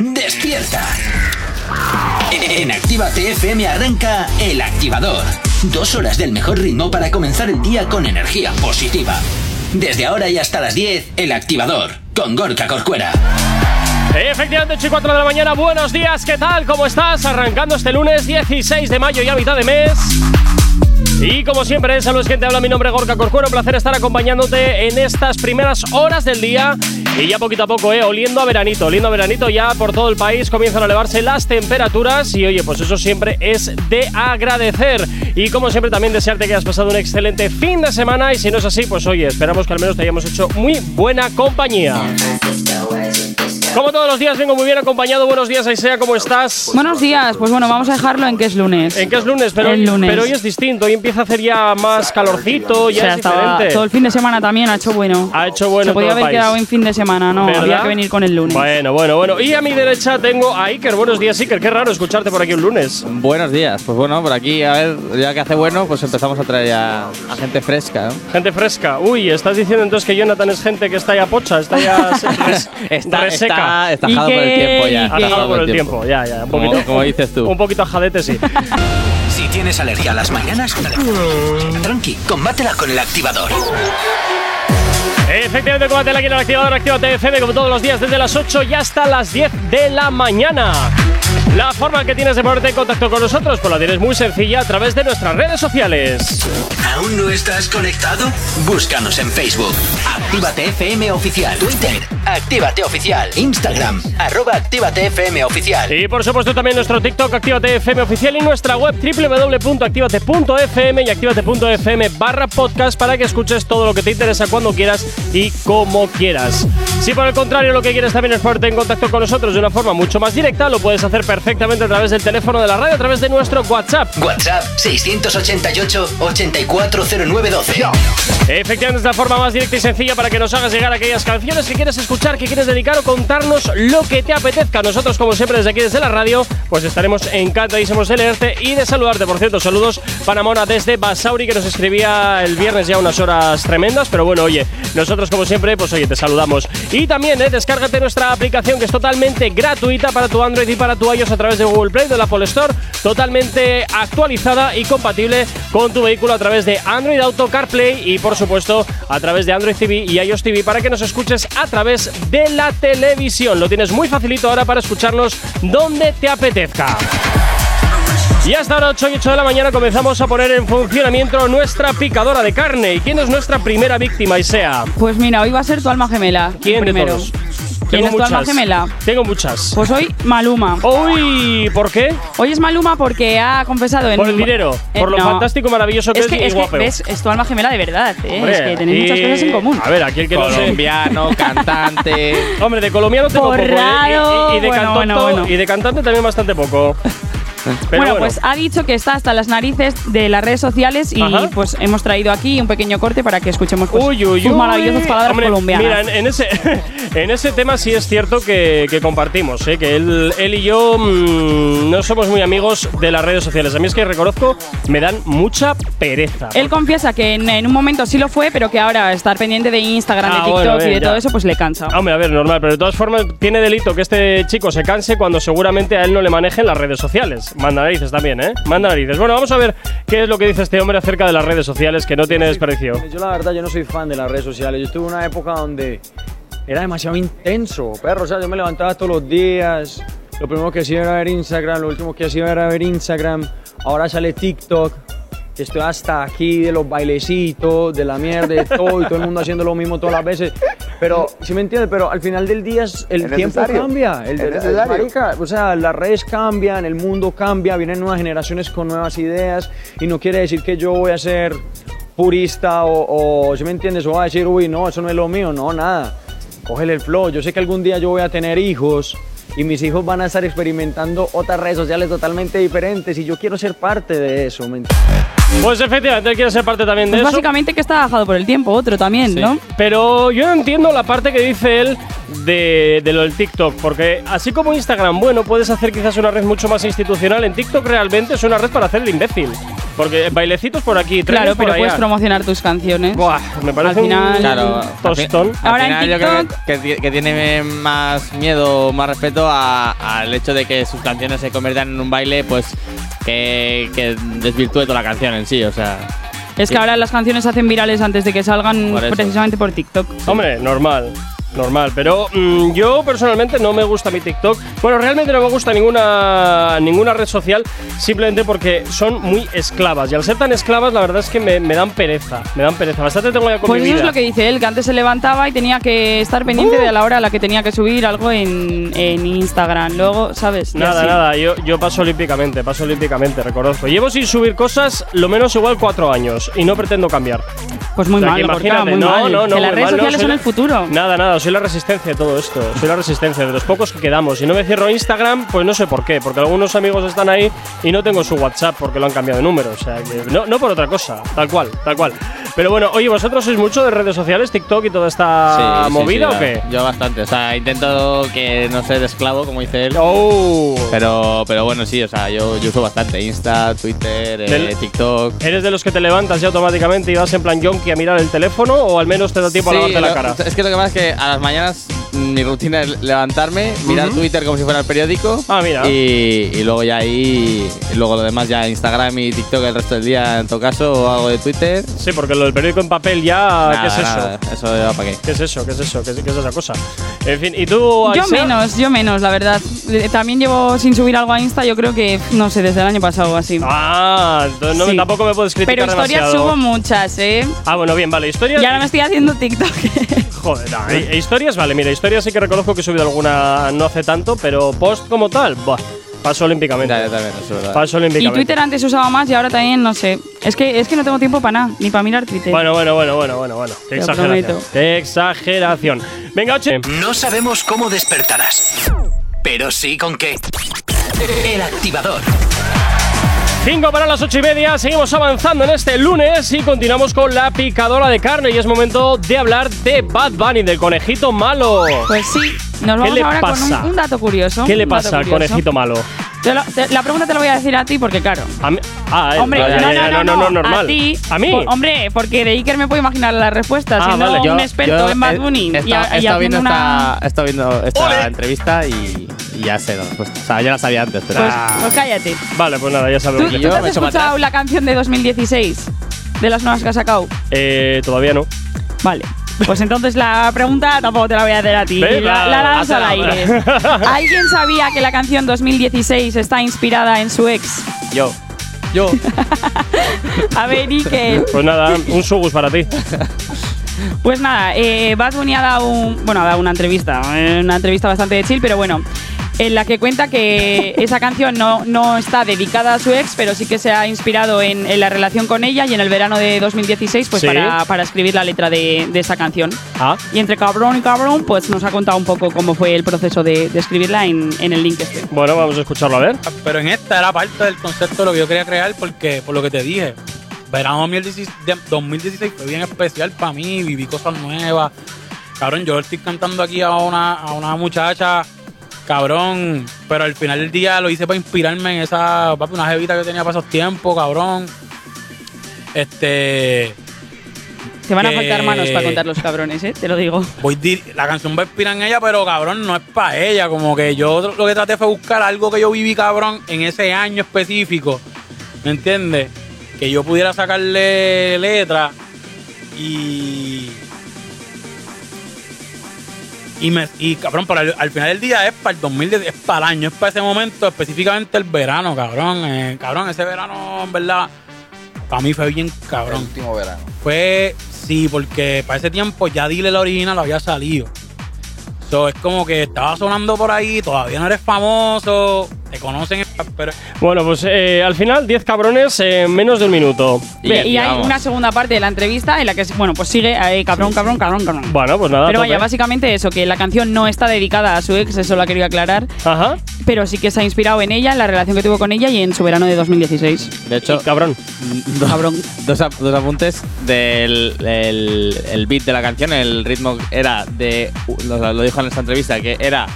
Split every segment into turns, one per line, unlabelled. despierta. En Activa TFM arranca El Activador. Dos horas del mejor ritmo para comenzar el día con energía positiva. Desde ahora y hasta las 10, El Activador, con Gorka Corcuera.
Efectivamente, 8 y 4 de la mañana, buenos días, ¿qué tal? ¿Cómo estás? Arrancando este lunes 16 de mayo, ya mitad de mes. Y como siempre, saludos que te habla, mi nombre es Gorka Corcuero, un placer estar acompañándote en estas primeras horas del día. Y ya poquito a poco, eh, oliendo a veranito, oliendo a veranito, ya por todo el país comienzan a elevarse las temperaturas y oye, pues eso siempre es de agradecer. Y como siempre también desearte que hayas pasado un excelente fin de semana y si no es así, pues oye, esperamos que al menos te hayamos hecho muy buena compañía. Como todos los días, vengo muy bien acompañado. Buenos días, Aisea, ¿cómo estás?
Buenos días, pues bueno, vamos a dejarlo en que es lunes.
¿En qué es lunes? Pero,
El lunes.
pero hoy es distinto, hoy empieza a hacer ya más calorcito,
O
ya
sea,
es
estaba-
diferente.
todo el fin de semana también ha hecho bueno.
Ha hecho bueno
Se
en todo
podía
el
haber
país.
quedado en fin de semana, no,
¿Verdad?
había que venir con el lunes.
Bueno, bueno, bueno. Y a mi derecha tengo a Iker. Buenos días, Iker. Qué raro escucharte por aquí un lunes.
Buenos días, pues bueno, por aquí, a ver, ya que hace bueno, pues empezamos a traer ya a gente fresca, ¿no?
Gente fresca. Uy, estás diciendo entonces que Jonathan es gente que está ya pocha, está ya se- res-
Está,
reseca.
está estajado por
Ike,
el tiempo ya.
Ike.
Atajado por el tiempo. Ya, ya. Un
Como-
poquito,
como dices tú.
Un poquito ajadete, sí.
Si tienes alergia a las mañanas, tranqui, combátela con El Activador.
Efectivamente, combátela aquí en el activador, actívate FM como todos los días desde las 8 y hasta las 10 de la mañana. La forma que tienes de ponerte en contacto con nosotros, pues la tienes muy sencilla a través de nuestras redes sociales.
¿Aún no estás conectado? Búscanos en Facebook. Actívate FM Oficial. Twitter. Actívate Oficial. Instagram. Arroba Actívate FM Oficial.
Y por supuesto también nuestro TikTok Actívate FM oficial y nuestra web www.activate.fm y activate.fm barra podcast para que escuches todo lo que te interesa cuando quieras y como quieras. Si por el contrario lo que quieres también es ponerte en contacto con nosotros de una forma mucho más directa, lo puedes hacer perfectamente a través del teléfono de la radio, a través de nuestro WhatsApp.
WhatsApp 688 840912.
Efectivamente, es la forma más directa y sencilla para que nos hagas llegar aquellas canciones que quieres escuchar, que quieres dedicar o contarnos lo que te apetezca. Nosotros, como siempre, desde aquí, desde la radio, pues estaremos encantadísimos de leerte y de saludarte. Por cierto, saludos para Mona desde Basauri, que nos escribía el viernes ya unas horas tremendas. Pero bueno, oye, nosotros, como siempre, pues oye, te saludamos. Y también, eh, descárgate nuestra aplicación que es totalmente gratuita para tu Android y para tu iOS a través de Google Play, de la Apple Store, totalmente actualizada y compatible con tu vehículo a través de Android Auto CarPlay y por supuesto a través de Android TV y iOS TV para que nos escuches a través de la televisión. Lo tienes muy facilito ahora para escucharnos donde te apetezca. Y hasta ahora 8 y 8 de la mañana comenzamos a poner en funcionamiento nuestra picadora de carne. ¿Y quién es nuestra primera víctima? Y sea,
Pues mira, hoy va a ser tu alma gemela.
¿quién de
primero.
todos?
¿Quién
Tengo
es tu alma
muchas.
gemela?
Tengo muchas.
Pues hoy Maluma.
Oh. Uy, ¿por qué?
Hoy es Maluma porque ha confesado en
Por el dinero,
Eh,
por lo
no.
fantástico, maravilloso que es,
es que,
y
es, que
guapo.
ves, es tu alma gemela de verdad, ¿eh?
Hombre,
es que tenéis muchas
y-
cosas en común.
A ver, aquí el que no sé.
Colombiano, cantante.
Hombre, de colombiano tengo poco. ¿eh?
Forrado,
Y, y- y de
bueno,
cantante,
bueno, bueno.
y de cantante también bastante poco. Pero
bueno, pues ha dicho que está hasta las narices de las redes sociales y
Ajá.
pues hemos traído aquí un pequeño corte para que escuchemos pues,
uy, uy,
sus
uy.
maravillosas palabras
Hombre,
colombianas.
Mira, en, en ese, en ese tema sí es cierto que, que compartimos, ¿eh? que él, él y yo mm, no somos muy amigos de las redes sociales. A mí es que reconozco, me dan mucha pereza.
Él confiesa que en, en un momento sí lo fue, pero que ahora estar pendiente de Instagram, de
Ah,
TikTok
bueno, bien,
y de
ya. Ah,
todo eso, pues le cansa.
Hombre, a ver, normal, pero de todas formas tiene delito que este chico se canse cuando seguramente a él no le manejen las redes sociales. Manda narices también, ¿eh? Manda narices. Bueno, vamos a ver qué es lo que dice este hombre acerca de las redes sociales que no tiene desperdicio.
Yo la verdad, yo no soy fan de las redes sociales. Yo tuve una época donde era demasiado intenso, perro. O sea, yo me levantaba todos los días. Lo primero que hacía era ver Instagram, lo último que hacía era ver Instagram. Ahora sale TikTok. que Estoy hasta aquí de los bailecitos, de la mierda, de todo, y todo el mundo haciendo lo mismo todas las veces. Pero, ¿sí me entiendes? Pero al final del día es- el
Es
tiempo
necesario.
cambia. El,
Es
el- el-
necesario.
marica, o sea, las redes cambian, el mundo cambia, vienen nuevas generaciones con nuevas ideas y no quiere decir que yo voy a ser purista o, o si me entiendes, o voy a decir, uy, no, eso no es lo mío, no, nada. Cógele el flow. Yo sé que algún día yo voy a tener hijos y mis hijos van a estar experimentando otras redes sociales totalmente diferentes y yo quiero ser parte de eso, ¿me entiendes?
Pues efectivamente, él quiere ser parte también de
Pues
eso.
básicamente que está bajado por el tiempo, otro también, ¿no?
Pero yo no entiendo la parte que dice él de, de lo del TikTok, porque así como Instagram, bueno, puedes hacer quizás una red mucho más institucional. En TikTok realmente es una red para hacer el imbécil. Porque bailecitos por aquí, tres
Claro,
por
pero
allá.
puedes promocionar tus canciones.
Buah, me parece
Al final-
un
Claro, al fi-
tostón.
Al
Ahora en
final yo creo que, que ti- que tiene más miedo, más respeto a- al hecho de que sus canciones se conviertan en un baile, pues que, que desvirtúe toda la canción en sí, o sea.
Es que
Sí.
ahora las canciones se hacen virales antes de que salgan
Por eso.
precisamente por TikTok.
Hombre, normal. Normal, pero mm, yo personalmente no me gusta mi TikTok. Bueno, realmente no me gusta ninguna, ninguna red social, simplemente porque son muy esclavas. Y al ser tan esclavas, la verdad es que me, me dan pereza. Me dan pereza. Bastante tengo ya con
Pues
mi
eso es
vida. Uh.
lo que dice él, que antes se levantaba y tenía que estar pendiente de la hora a la que tenía que subir algo en, en Instagram. Luego, ¿sabes? Y
Nada,
así.
nada, yo, yo paso olímpicamente, paso olímpicamente, reconozco. Llevo sin subir cosas lo menos igual cuatro años y no pretendo cambiar.
Pues muy
O sea,
mal,
que
Gorka,
imagínate,
muy
no,
mal.
no, no,
que las
muy
redes
mal, no,
sociales
soy
son
la-
el futuro.
Nada, nada, soy la resistencia de todo esto. Soy la resistencia de los pocos que quedamos. Si no me cierro Instagram, pues no sé por qué, porque algunos amigos están ahí y no tengo su WhatsApp porque lo han cambiado de número. O sea, que no, no por otra cosa, tal cual, tal cual. Pero bueno, oye, ¿vosotros sois mucho de redes sociales, TikTok y toda esta
Sí, sí, sí,
movida o
la-
qué?
Yo bastante, o sea, intento que no ser esclavo, como dice él.
Oh.
Pero, pero bueno, sí, o sea, yo, yo uso bastante Insta, Twitter, eh,
Del-
TikTok.
¿Eres de los que te levantas ya automáticamente y vas en plan yonki a mirar el teléfono o al menos te da tiempo
Sí,
a lavarte la
lo-
cara?
Es que lo que pasa es que a las mañanas mi rutina es levantarme, mirar Twitter como si fuera el periódico.
Ah, mira.
Y, y luego ya ahí, y luego lo demás ya Instagram y TikTok el resto del día, en todo caso, o algo de Twitter.
Sí, porque lo del periódico en papel ya.
Nada,
Ah, ¿Qué es eso?
nada, eso ya para qué.
¿Qué es eso? ¿Qué es eso? ¿Qué es, qué es esa cosa? En fin, ¿y tú,
Yo
Aisea?
menos, yo menos, la verdad. Eh, También llevo sin subir algo a Insta, yo creo que, no sé, desde el año pasado o así.
Ah, entonces no,
Sí.
tampoco me puedes criticar
Pero historias
demasiado.
subo muchas, ¿eh?
Ah, bueno, bien, vale, historias.
Y ahora me estoy haciendo TikTok.
Joder, no, eh, eh, historias, vale, mira, historias sí que reconozco que he subido alguna no hace tanto, pero post como tal, buah, paso olímpicamente.
Ya, ya también, eso es verdad.
Paso
y
olímpicamente.
Twitter antes usaba más y ahora también, no sé. Es que, es que no tengo tiempo para nada, ni para mirar Twitter.
Bueno, bueno, bueno, bueno, bueno, bueno. Qué
Te
exageración.
prometo.
Qué exageración. Venga, oche.
No sabemos cómo despertarás, pero sí con qué. El activador.
5 para las 8 y media, seguimos avanzando en este lunes y continuamos con la picadora de carne y es momento de hablar de Bad Bunny, del conejito malo.
Pues sí, nos vamos
le
ahora con
pasa?
un, un dato curioso.
¿Qué le
un dato
pasa al
curioso.
conejito malo?
Te lo- te- la pregunta te la voy a decir a ti porque, claro.
A mí- ah, eh,
Hombre,
ya, ya,
no,
ya,
no, no,
normal.
A ti.
¿A mí?
po- hombre, porque de Iker me puedo imaginar la respuesta,
Ah,
siendo
vale.
un
Yo-
experto en Bad Bunny.
He
y, a-
estado,
y haciendo
viendo
una.
esta, he estado viendo esta
¡Ole!
entrevista y, y ya sé la respuesta. O sea, yo la sabía antes, pero.
Pues,
Ah.
pues cállate.
Vale, pues nada, ya
¿Tú,
sabemos.
tú
yo
te has
me he hecho
escuchado
matar.
la canción de 2016? De las nuevas que ha sacado.
Eh, todavía no.
Vale. Pues entonces la pregunta tampoco te la voy a hacer a ti. La,
Venga,
la lanzo al
hazla.
aire. ¿Alguien sabía que la canción 2016 está inspirada en su ex?
yo. Yo.
A ver, Iker.
Pues nada, un sugus para ti.
Pues nada, eh, Bad Bunny ha dado, un- bueno, ha dado una entrevista, eh, una entrevista bastante de chill, pero bueno, en la que cuenta que esa canción no, no está dedicada a su ex, pero sí que se ha inspirado en, en la relación con ella y en el verano de 2016 pues
Sí.
para, para escribir la letra de, de esa canción.
Ah,
Y entre cabrón y cabrón, pues nos ha contado un poco cómo fue el proceso de, de escribirla en, en el link este.
bueno, vamos a escucharlo a ver.
Pero en esta era parte del concepto de lo que yo quería crear porque, por lo que te dije, verano 2016, de- 2016 fue bien especial para mí, viví cosas nuevas. Cabrón, yo estoy cantando aquí a una, a una muchacha, cabrón, pero al final del día lo hice para inspirarme en esa, papi, una jevita que tenía para esos tiempos, cabrón. Este,
Te van a
Eh.
faltar manos para contar los cabrones, ¿eh? te lo digo.
voy di- la canción va a inspirar en ella, pero cabrón, no es para ella. Como que yo lo que traté fue buscar algo que yo viví, cabrón, en ese año específico. ¿Me entiendes? Que yo pudiera sacarle letra y. Y, me, y cabrón, pero al, al final del día es para el 2000, es para el año, es para ese momento, específicamente el verano, cabrón. eh, cabrón, ese verano, en verdad, para mí fue bien
El
cabrón.
último verano.
Fue sí, porque para ese tiempo ya Dile la original había salido. So, es como que estaba sonando por ahí, todavía no eres famoso, te conocen, pero
Bueno, pues eh, al final 10 cabrones en menos de un minuto.
Y-
Y,
Bien.
y hay
vamos.
una segunda parte de la entrevista en la que, bueno, pues sigue, eh, cabrón, cabrón, cabrón, cabrón.
Bueno, pues nada.
Pero
a tope.
vaya, básicamente eso, que la canción no está dedicada a su ex, eso lo ha querido aclarar,
Ajá.
pero sí que se ha inspirado en ella, en la relación que tuvo con ella y en su verano de 2016.
De hecho,
Y cabrón.
Cabrón.
Dos, ap- dos apuntes del el, el beat de la canción, el ritmo era de, lo, lo dijo en esta entrevista, que era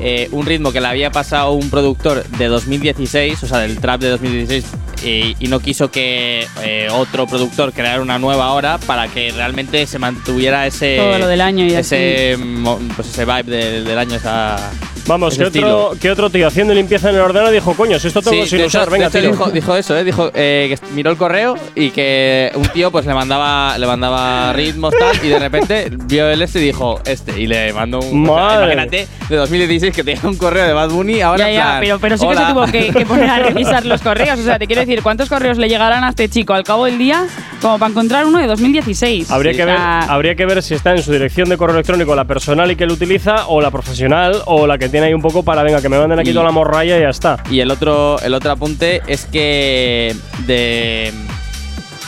eh, un ritmo que le había pasado un productor de 2016, o sea, del trap de 2016, y, y no quiso que eh, otro productor creara una nueva hora para que realmente se mantuviera ese
Todo lo del año y
ese mo- pues ese vibe del, del año esa
Vamos,
ese
que otro,
estilo.
que otro tío haciendo limpieza en el ordenador dijo, coño, si esto tengo
Sí,
sin
de
usar,
hecho-
venga,
de hecho
tiro.
dijo, dijo eso, ¿eh? Dijo eh, que est- miró el correo y que un tío pues le mandaba, le mandaba ritmos tal y de repente vio el este y dijo este y le mandó un. o sea,
Madre.
imagínate de 2016 que tenía un correo de Bad Bunny ahora.
ya,
en
ya,
plan,
pero, pero sí que
"Hola".
se tuvo que, que poner a revisar los correos. O sea, te quiero decir, ¿cuántos correos le llegarán a este chico al cabo del día como para encontrar uno de 2016?
Habría,
O
que ver,
sea,
habría que ver si está en su dirección de correo electrónico la personal y que lo utiliza, o la profesional, o la que tiene ahí un poco para, venga, que me manden aquí
Y-
toda la morralla y ya está.
Y el otro, el otro apunte es que de,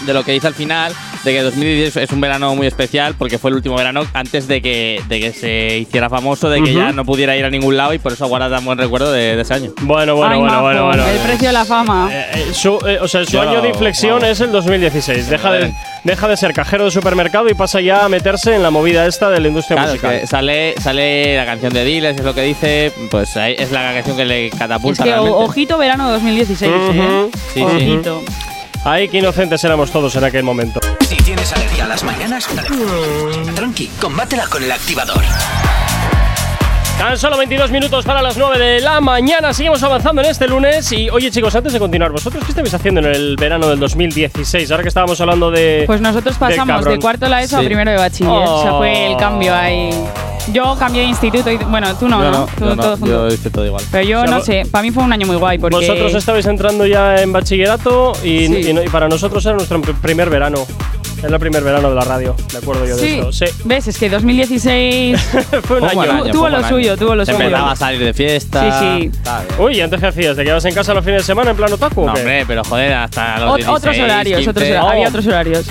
de lo que dice al final, de que 2010 es un verano muy especial porque fue el último verano antes de que, de que se hiciera famoso, de que
Ujú.
ya no pudiera ir a ningún lado y por eso guarda tan buen recuerdo de, de ese año.
Bueno, bueno,
ay,
bueno,
majo,
bueno, bueno.
El precio de la fama.
Eh, eh, su- eh, o sea, su
Yo
año
no-
de inflexión
vamos.
es el 2016. Deja de,
Vale.
deja de ser cajero de supermercado y pasa ya a meterse en la movida esta de la industria
Claro,
musical.
que sale, sale la canción de Diles, es lo que dice, pues ahí es la canción que le
es
catapulta
que o-
realmente.
ojito verano 2016,
Ujú.
¿eh?
Sí, sí.
ojito.
Ahí que inocentes éramos todos en aquel momento.
Si tienes alergia a las mañanas, tranqui, combátela con el activador.
Tan solo 22 minutos para las 9 de la mañana. Seguimos avanzando en este lunes. Y oye, chicos, antes de continuar, ¿vosotros qué estabais haciendo en el verano del 2016? Ahora que estábamos hablando de.
Pues nosotros pasamos de,
cabrón.
cuarto de la ESO a
Sí.
primero de bachiller. O sea, fue el cambio ahí. Yo cambié de instituto y. Bueno, tú no,
Yo
¿no?
no,
Tú
yo
todo
no,
junto.
yo hice todo igual.
Pero yo
O sea,
no
vo-
sé, para mí fue un año muy guay porque.
Vosotros estabais entrando ya en bachillerato y,
Sí.
y no- y para nosotros era nuestro pr- primer verano. Era el primer verano de la radio, me acuerdo yo de
Sí.
eso. Sí.
¿Ves? Es que 2016.
Fue un
Fue buen
año.
año. Tuvo
fue
lo
buen
suyo, tuvo lo
Se
suyo.
Empezaba a salir de fiesta.
Sí, sí.
tal.
Uy, ¿y antes qué hacías? ¿Te quedabas en casa los fines de semana en plan otaku? o
No,
qué?
hombre, pero joder, hasta los
Ot-
16,
otros horarios, otros
15.
horarios. Había
Oh.
otros horarios.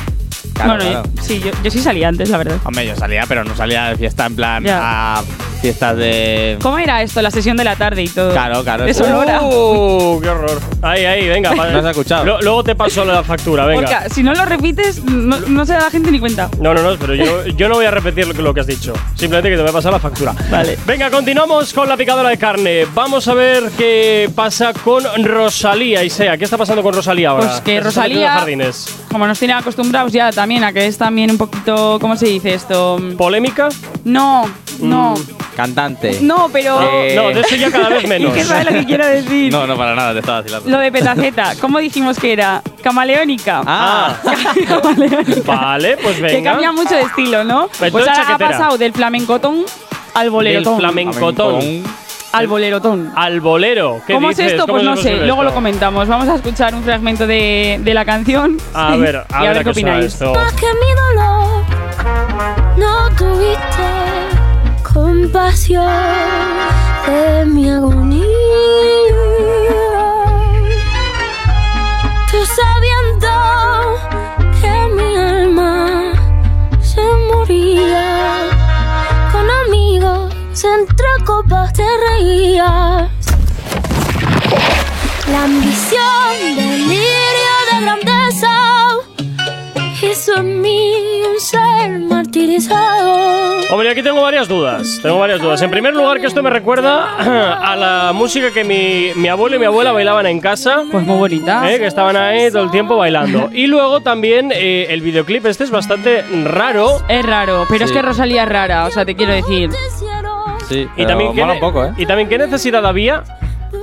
Claro,
bueno,
claro.
yo- sí, yo, yo sí salía antes, la verdad.
Hombre, yo salía, pero no salía de fiesta en plan
Ya.
a fiestas de.
¿Cómo era esto? La sesión de la tarde y todo.
Claro, claro,
De
eso.
Sonora.
¡Uh, qué horror! Ahí, ahí, venga. pa-
No has escuchado.
Lo- luego te paso la factura, venga.
Porque si no lo repites, no, no se da la gente ni cuenta.
No, no, no, pero yo, yo no voy a repetir lo que, lo que has dicho. Simplemente que te voy a pasar la factura.
Vale.
Venga, continuamos con la picadora de carne. Vamos a ver qué pasa con Rosalía, Isea. ¿Qué está pasando con Rosalía ahora?
Pues que
Se está metiendo
Rosalía-
en jardines.
Como nos tienen acostumbrados ya también a que es también un poquito. ¿Cómo se dice esto?
¿Polémica?
No, no.
Cantante.
No, pero.
Eh,
Mm. No, de eso ya cada vez menos.
Es que sabes lo que quiero decir.
No, no, para nada, te estaba vacilando.
Lo de petaceta, ¿cómo dijimos que era? Camaleónica.
Ah,
Camaleónica.
Vale, pues venga.
Que cambia mucho de estilo, ¿no?
Entonces,
pues ahora ha
chaquetera.
pasado del flamencotón al
Del
bolerotón.
flamencotón
al bolerotón.
al bolero. ¿Qué
¿Cómo
dices?
es esto?
¿Cómo
Pues
es
no sé,
posible
luego lo
esto?
comentamos. Vamos a escuchar un fragmento de, de la canción.
A ver, a,
y
ver,
a ver
a
qué
qué suena
opináis.
esto.
Porque mi dolor no tuviste compasión de mi agonía. Tú sabiendo que mi alma se moría, con amigos entre copas te reías. La ambición, delirio de grandeza hizo en mí un ser martirizado.
Hombre, aquí tengo varias dudas. Tengo varias dudas. En primer lugar, que esto me recuerda a la música que mi, mi abuelo y mi abuela bailaban en casa.
Pues muy bonita.
¿eh? que estaban ahí todo el tiempo bailando. Y luego también eh, el videoclip este es bastante raro.
Es raro, pero es
Sí.
que Rosalía es rara, o sea, te quiero decir.
Sí,
Y también,
mola
qué,
un poco, ¿eh?
y también qué necesidad había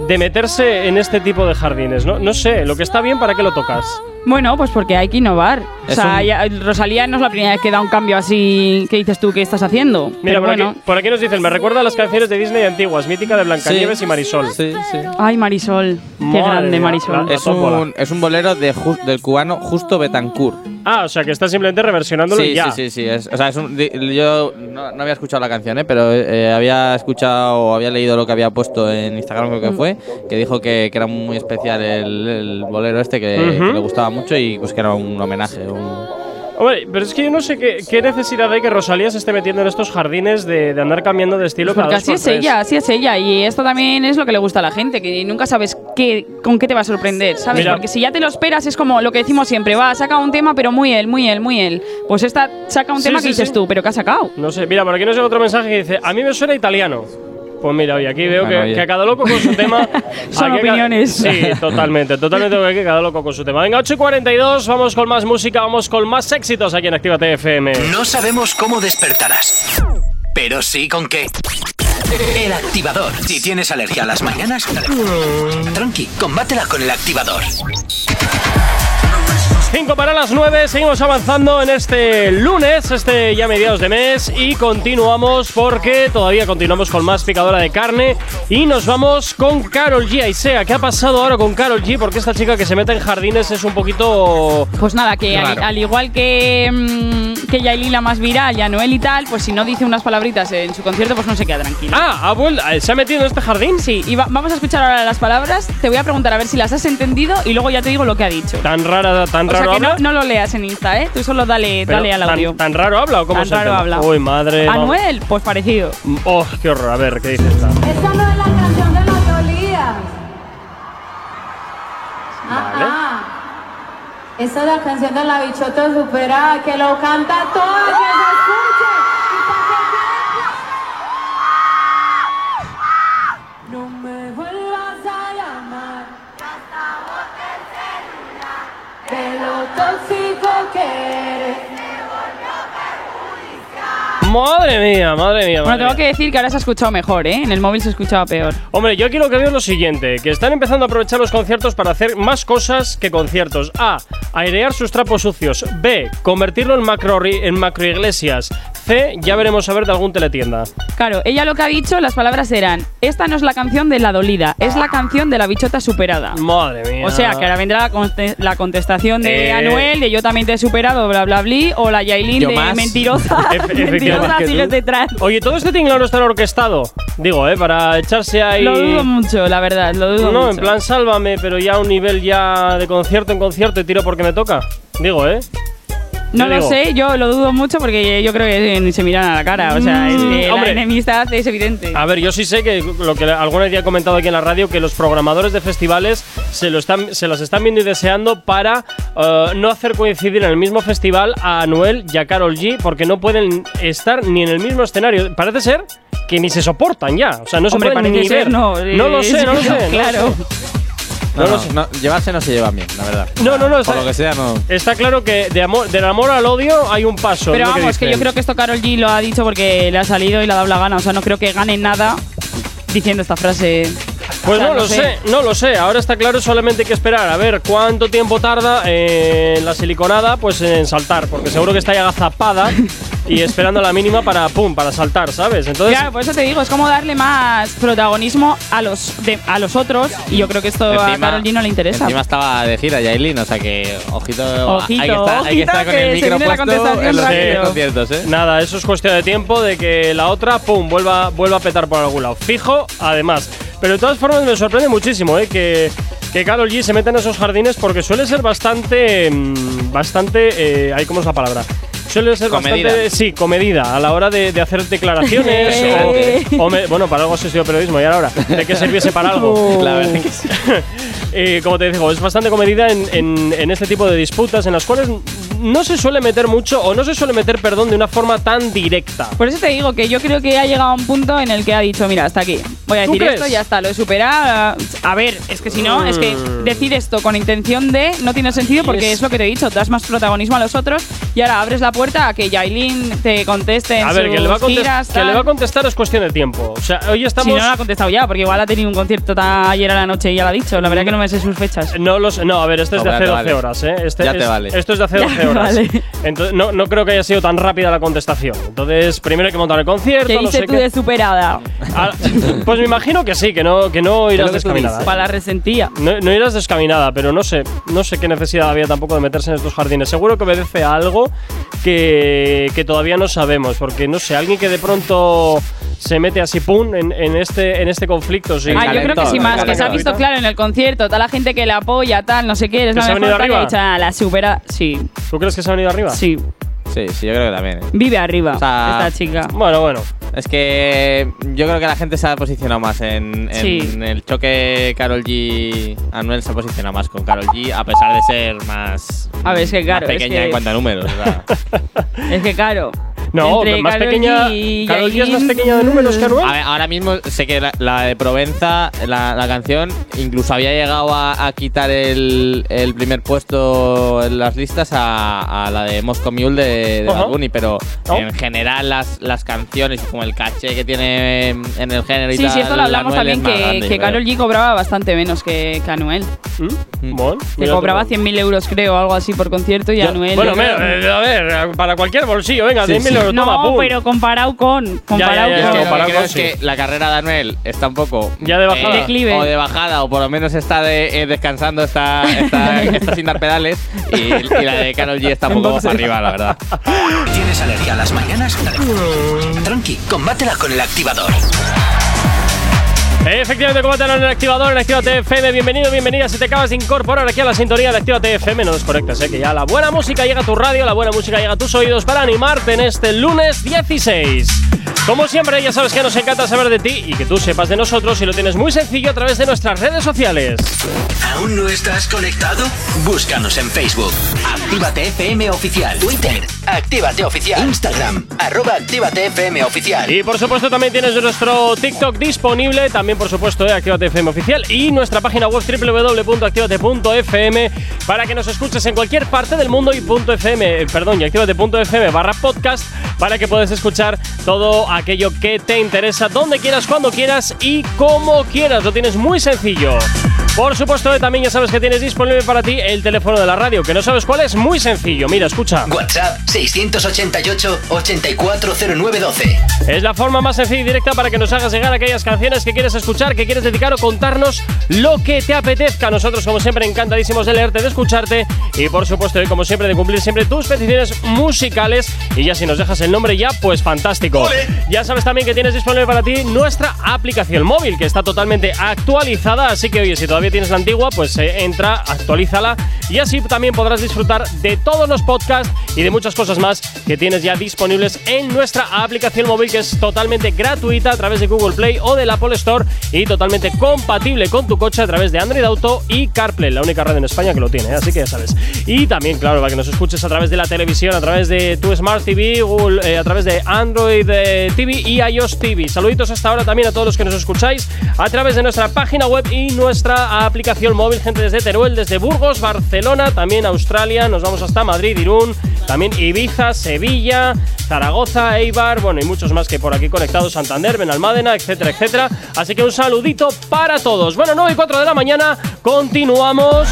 de meterse en este tipo de jardines, ¿no? No sé, lo que está bien, ¿para qué lo tocas?
Bueno, pues porque hay que innovar. O
Es
sea,
un-
ya- Rosalía no es la primera vez que da un cambio así que dices tú que estás haciendo.
Mira,
pero
por,
bueno.
aquí, por aquí nos dicen, me recuerda a las canciones de Disney antiguas, mítica de Blancanieves
Sí.
y Marisol.
Sí, sí.
Ay, Marisol.
Madre
Qué grande,
mía,
Marisol.
la-
Es un, es un bolero de Ju- del cubano Justo Betancourt.
Ah, o sea, que está simplemente reversionándolo
Sí,
y ya.
sí, sí, sí. es- o sea, es un- di- yo no, no había escuchado la canción, ¿eh? pero eh, había escuchado o había leído lo que había puesto en Instagram, creo que fue, que dijo que, que era muy especial el, el bolero este, que,
Ujú.
que le gustaba mucho y pues que era un homenaje. un-
Hombre, pero es que yo no sé qué, qué necesidad hay que Rosalía se esté metiendo en estos jardines de, de andar cambiando de estilo cada
Porque
dos
así
por
es
tres.
ella, así es ella. Y esto también es lo que le gusta a la gente, que nunca sabes qué, con qué te va a sorprender, ¿sabes?
Mira.
Porque si ya te lo esperas, es como lo que decimos siempre, va, saca un tema, pero muy él, muy él, muy él. Pues esta saca un
Sí,
tema
sí,
que dices
sí.
tú, pero ¿qué ha sacado?
No sé, mira, por aquí nos llega otro mensaje que dice, a mí me suena italiano. Pues mira, oye, aquí veo
Bueno,
que,
oye.
que a cada loco con su tema.
Son
aquí a ca-
opiniones.
Sí, totalmente, totalmente veo que cada loco con su tema. Venga, 8 y 42, vamos con más música, vamos con más éxitos aquí en Actívate FM.
No sabemos cómo despertarás, pero sí con qué. El activador. Si tienes alergia a las mañanas, tranqui, combátela con el activador.
5 para las 9, seguimos avanzando en este lunes, este ya mediados de mes, y continuamos porque todavía continuamos con más picadora de carne. Y nos vamos con Carol G. Aisea, ¿qué ha pasado ahora con Carol G? Porque esta chica que se mete en jardines es un poquito.
Pues nada, que al,
Raro.
al igual que, mm, que Yailin la más viral y Anuel y tal, pues si no dice unas palabritas en su concierto, pues no se queda tranquila.
Ah, ha vuelto- ¿se ha metido en este jardín?
Sí, y va- vamos a escuchar ahora las palabras, te voy a preguntar a ver si las has entendido y luego ya te digo lo que ha dicho.
Tan rara, tan
O sea
raro
que no,
habla.
no lo leas en Insta, ¿eh? Tú solo dale,
Pero
dale al
tan-
audio.
Tan, raro habla o cómo
Tan
es el
raro
tema?
habla.
Uy, madre. va-
Anuel, pues parecido.
Oh, qué horror. A ver, ¿qué dice esta?
Esa no es la canción de los Dolías. Ah,
Vale.
ah. Esa es la canción de la bichota superada que lo canta todo, que se escuche. y pa' que quede claro. No me vuelvas a llamar. De lo tóxico que eres.
Madre mía, madre mía.
Bueno,
madre
tengo
mía.
que decir que ahora se ha escuchado mejor, ¿eh? En el móvil se escuchaba peor.
Hombre, yo quiero que veas lo siguiente, que están empezando a aprovechar los conciertos para hacer más cosas que conciertos. A. Airear sus trapos sucios. B. Convertirlo en macro en macroiglesias. C. Ya veremos a ver de algún teletienda.
Claro, ella lo que ha dicho, las palabras eran: Esta no es la canción de la dolida, es la canción de la bichota superada.
Madre mía.
O sea, que ahora vendrá la, conte- la contestación de
Eh.
Anuel, de yo también te he superado, bla, bla, bla, o la Yailin
Yo
de
más.
mentirosa,
Efe-
mentirosa,
efectivamente.
sigues detrás.
Oye, todo este tinglado no estará orquestado. Digo, eh, para echarse ahí.
Lo dudo mucho, la verdad, lo dudo
no,
mucho.
en plan sálvame, pero ya a un nivel ya de concierto en concierto y tiro porque me toca. Digo, eh.
No
yo
lo
digo.
sé, yo lo dudo mucho porque yo creo que ni se miran a la cara. O sea, es que
Mm, hombre.
la enemistad es evidente.
A ver, yo sí sé que lo que alguna vez ya he comentado aquí en la radio, que los programadores de festivales se, lo están, se las están viendo y deseando para eh, no hacer coincidir en el mismo festival a Anuel y a Carol G, porque no pueden estar ni en el mismo escenario. Parece ser que ni se soportan ya. O sea, no se
Hombre,
pueden
parece
ni
ser,
ver.
no,
lo
eh,
sé, no lo sé. no lo
claro.
sé.
No,
No lo
no,
sé.
no, llevarse no se llevan bien, la verdad.
No, no, no, está-
Por lo que sea, no.
Está claro que de amor, del amor al odio hay un paso.
Pero
es lo
vamos, que, yo
dicen.
creo que esto Carol G lo ha dicho porque le ha salido y le ha dado la gana. O sea, no creo que gane nada diciendo esta frase.
Pues
O sea,
no lo sé. no lo sé. Ahora está claro, solamente hay que esperar a ver cuánto tiempo tarda eh, la siliconada pues en saltar, porque seguro que está ya agazapada y esperando la mínima para pum, para saltar, ¿sabes? Entonces,
Claro, por eso te digo, es como darle más protagonismo a los de- a los otros y yo creo que esto a
Encima-
Carol G no le interesa.
Encima estaba de gira Yailin, o sea que ojito,
Ojito,
hay que estar, hay que estar
ojito
con el
que se viene
micro
la
puesto en los
contestación
rápido.
conciertos, ¿eh?
nada, eso es cuestión de tiempo de que la otra pum vuelva vuelva a petar por algún lado. Fijo, además. Pero de todas formas me sorprende muchísimo, eh, que que Carol G se meta en esos jardines porque suele ser bastante mm, bastante eh, ahí cómo es la palabra. Suele ser bastante
Comedida.
sí, comedida a la hora de, de hacer declaraciones
Eh.
o, o me- bueno, para algo has estudiado periodismo y ahora de que sirviese para algo.
La verdad que
sí. Eh, como te digo, es bastante comedida en, en- en este tipo de disputas en las cuales no se suele meter mucho o no se suele meter, perdón, de una forma tan directa.
Por eso te digo que yo creo que ha llegado a un punto en el que ha dicho, mira, hasta aquí. Voy a
¿Tú
decir
crees?
esto, ya está, lo he superado. A ver, es que si no, es que decir esto con intención de no tiene sentido porque
Mm. Es-
es, lo que te he dicho, das más protagonismo a los otros y ahora abres la puerta a que Yailin te conteste en
A ver, que
sus
le, va a contest-
giras,
que le
tal.
va a contestar es cuestión de tiempo. O sea, hoy
si
estamos...
no la ha contestado ya, porque igual ha tenido un concierto ta- ayer a la noche y ya lo ha dicho. La verdad que no me sé sus fechas.
No, los, no, a ver, esto es de
Hombre,
hace
ya
12
te vale.
horas, ¿eh? Este
Ya te
es-
vale.
Esto es de hace
Ya
12
te
horas.
vale.
Entonces, no, no creo que haya sido tan rápida la contestación. Entonces, primero hay que montar el concierto,
¿Qué
no
dices
sé
tú
qué.
de superada?
Ah, pues me imagino que sí, que no, que no irás
que tú
descaminada.
Para la resentía.
No, no irás descaminada, pero no sé, no sé qué necesidad había tampoco de meterse en estos jardines. Seguro que obedece a algo que, que todavía no sabemos, porque no sé, alguien que de pronto se mete así pum en, en este en este conflicto. Sí.
El
Ah, yo creo que
calentón,
sí
el
más, que se ha
calentón.
visto claro en el concierto, toda la gente que la apoya, tal, no sé qué, es
¿Que
la
se ha
mejor
venido
tal, y
arriba? Ah.
ha dicho, "Ah, la supera, sí,
¿Tú crees que se ha venido arriba?
sí,
Sí, sí, yo creo que también. ¿eh?
vive arriba
O sea,
esta chica.
Bueno, bueno.
Es que yo creo que la gente se ha posicionado más en, en
Sí.
el choque Carol G. Anuel se ha posicionado más con Carol G, a pesar de ser más,
A ver, es que
más
claro, es
pequeña
que-
en cuanto a números. o sea.
Es que claro,
No,
Entre
más
Karol
pequeña.
G y Ah.
Karol G es más
Yailin.
pequeña de números que Anuel.
A ver, ahora mismo sé que la, la de Provenza, la, la canción, incluso había llegado a, a quitar el, el primer puesto en las listas a, a la de Moscow Mule de, de
Ajá.
Bad Bunny, pero
No.
Oh.
en general las, las canciones, como el caché que tiene en en el género y
Sí,
tal.
sí, esto lo hablamos
Anuel es
también,
más
que,
grande,
que
yo
Carol
creo.
G cobraba bastante menos que, que Anuel.
¿Mm?
Mm.
Bueno,
Le
mira tú.
cobraba 100.000 euros, creo, algo así por concierto, y
Yo-
Anuel…
Bueno,
yo creo-
me- eh, a ver, para cualquier bolsillo, venga, 100.000 euros, toma,
no,
pum.
pero comparado con… Comparado
ya, ya,
Es que
con…
lo que
comparado
creo
con
es
sí.
que la carrera de Anuel está un poco eh,
Ya de bajada.
Declive.
o de bajada o por lo menos está de- eh, descansando está, está, está sin dar pedales y, y la de Carol G está un poco más arriba la verdad
¿Tienes alergia a las mañanas? Tranqui, combátela con el activador.
Efectivamente, como te en el activador, en Actívate FM. Bienvenido, bienvenida. Si te acabas de incorporar aquí a la sintonía de Actívate FM, no desconectas, eh, que ya la buena música llega a tu radio, la buena música llega a tus oídos para animarte en este lunes 16. Como siempre, ya sabes que nos encanta saber de ti y que tú sepas de nosotros y lo tienes muy sencillo a través de nuestras redes sociales.
¿Aún no estás conectado? Búscanos en Facebook. Actívate FM Oficial. Twitter. Actívate Oficial. Instagram. Arroba Actívate FM Oficial.
Y por supuesto también tienes nuestro TikTok disponible, también por supuesto de Actívate FM oficial y nuestra página web www.activate.fm para que nos escuches en cualquier parte del mundo y punto .fm, eh, perdón, y activate.fm barra podcast para que puedas escuchar todo aquello que te interesa, donde quieras, cuando quieras y como quieras, lo tienes muy sencillo. Por supuesto, eh, también ya sabes que tienes disponible para ti el teléfono de la radio, que no sabes cuál es, muy sencillo. Mira, escucha.
WhatsApp 688 840912.
Es la forma más sencilla y directa para que nos hagas llegar aquellas canciones que quieres escuchar, que quieres dedicar o contarnos lo que te apetezca. Nosotros, como siempre, encantadísimos de leerte, de escucharte y, por supuesto, y como siempre, de cumplir siempre tus peticiones musicales. Y ya si nos dejas el nombre ya, pues fantástico. Ya sabes también que tienes disponible para ti nuestra aplicación móvil, que está totalmente actualizada. Así que, oye, si todavía tienes la antigua, pues eh, entra, actualízala y así también podrás disfrutar de todos los podcasts y de muchas cosas más que tienes ya disponibles en nuestra aplicación móvil que es totalmente gratuita a través de Google Play o del Apple Store y totalmente compatible con tu coche a través de Android Auto y CarPlay, la única radio en España que lo tiene, ¿eh? así que ya sabes. Y también, claro, para que nos escuches a través de la televisión, a través de tu Smart TV, Google, eh, a través de Android eh, TV y iOS TV. Saluditos hasta ahora también a todos los que nos escucháis a través de nuestra página web y nuestra aplicación móvil, gente desde Teruel, desde Burgos, Barcelona, también Australia, nos vamos hasta Madrid, Irún, también Ibiza, Sevilla, Zaragoza, Eibar, bueno, y muchos más que por aquí conectados, Santander, Benalmádena, etcétera, etcétera. Así que un saludito para todos. Bueno, 9 y 4 de la mañana, continuamos.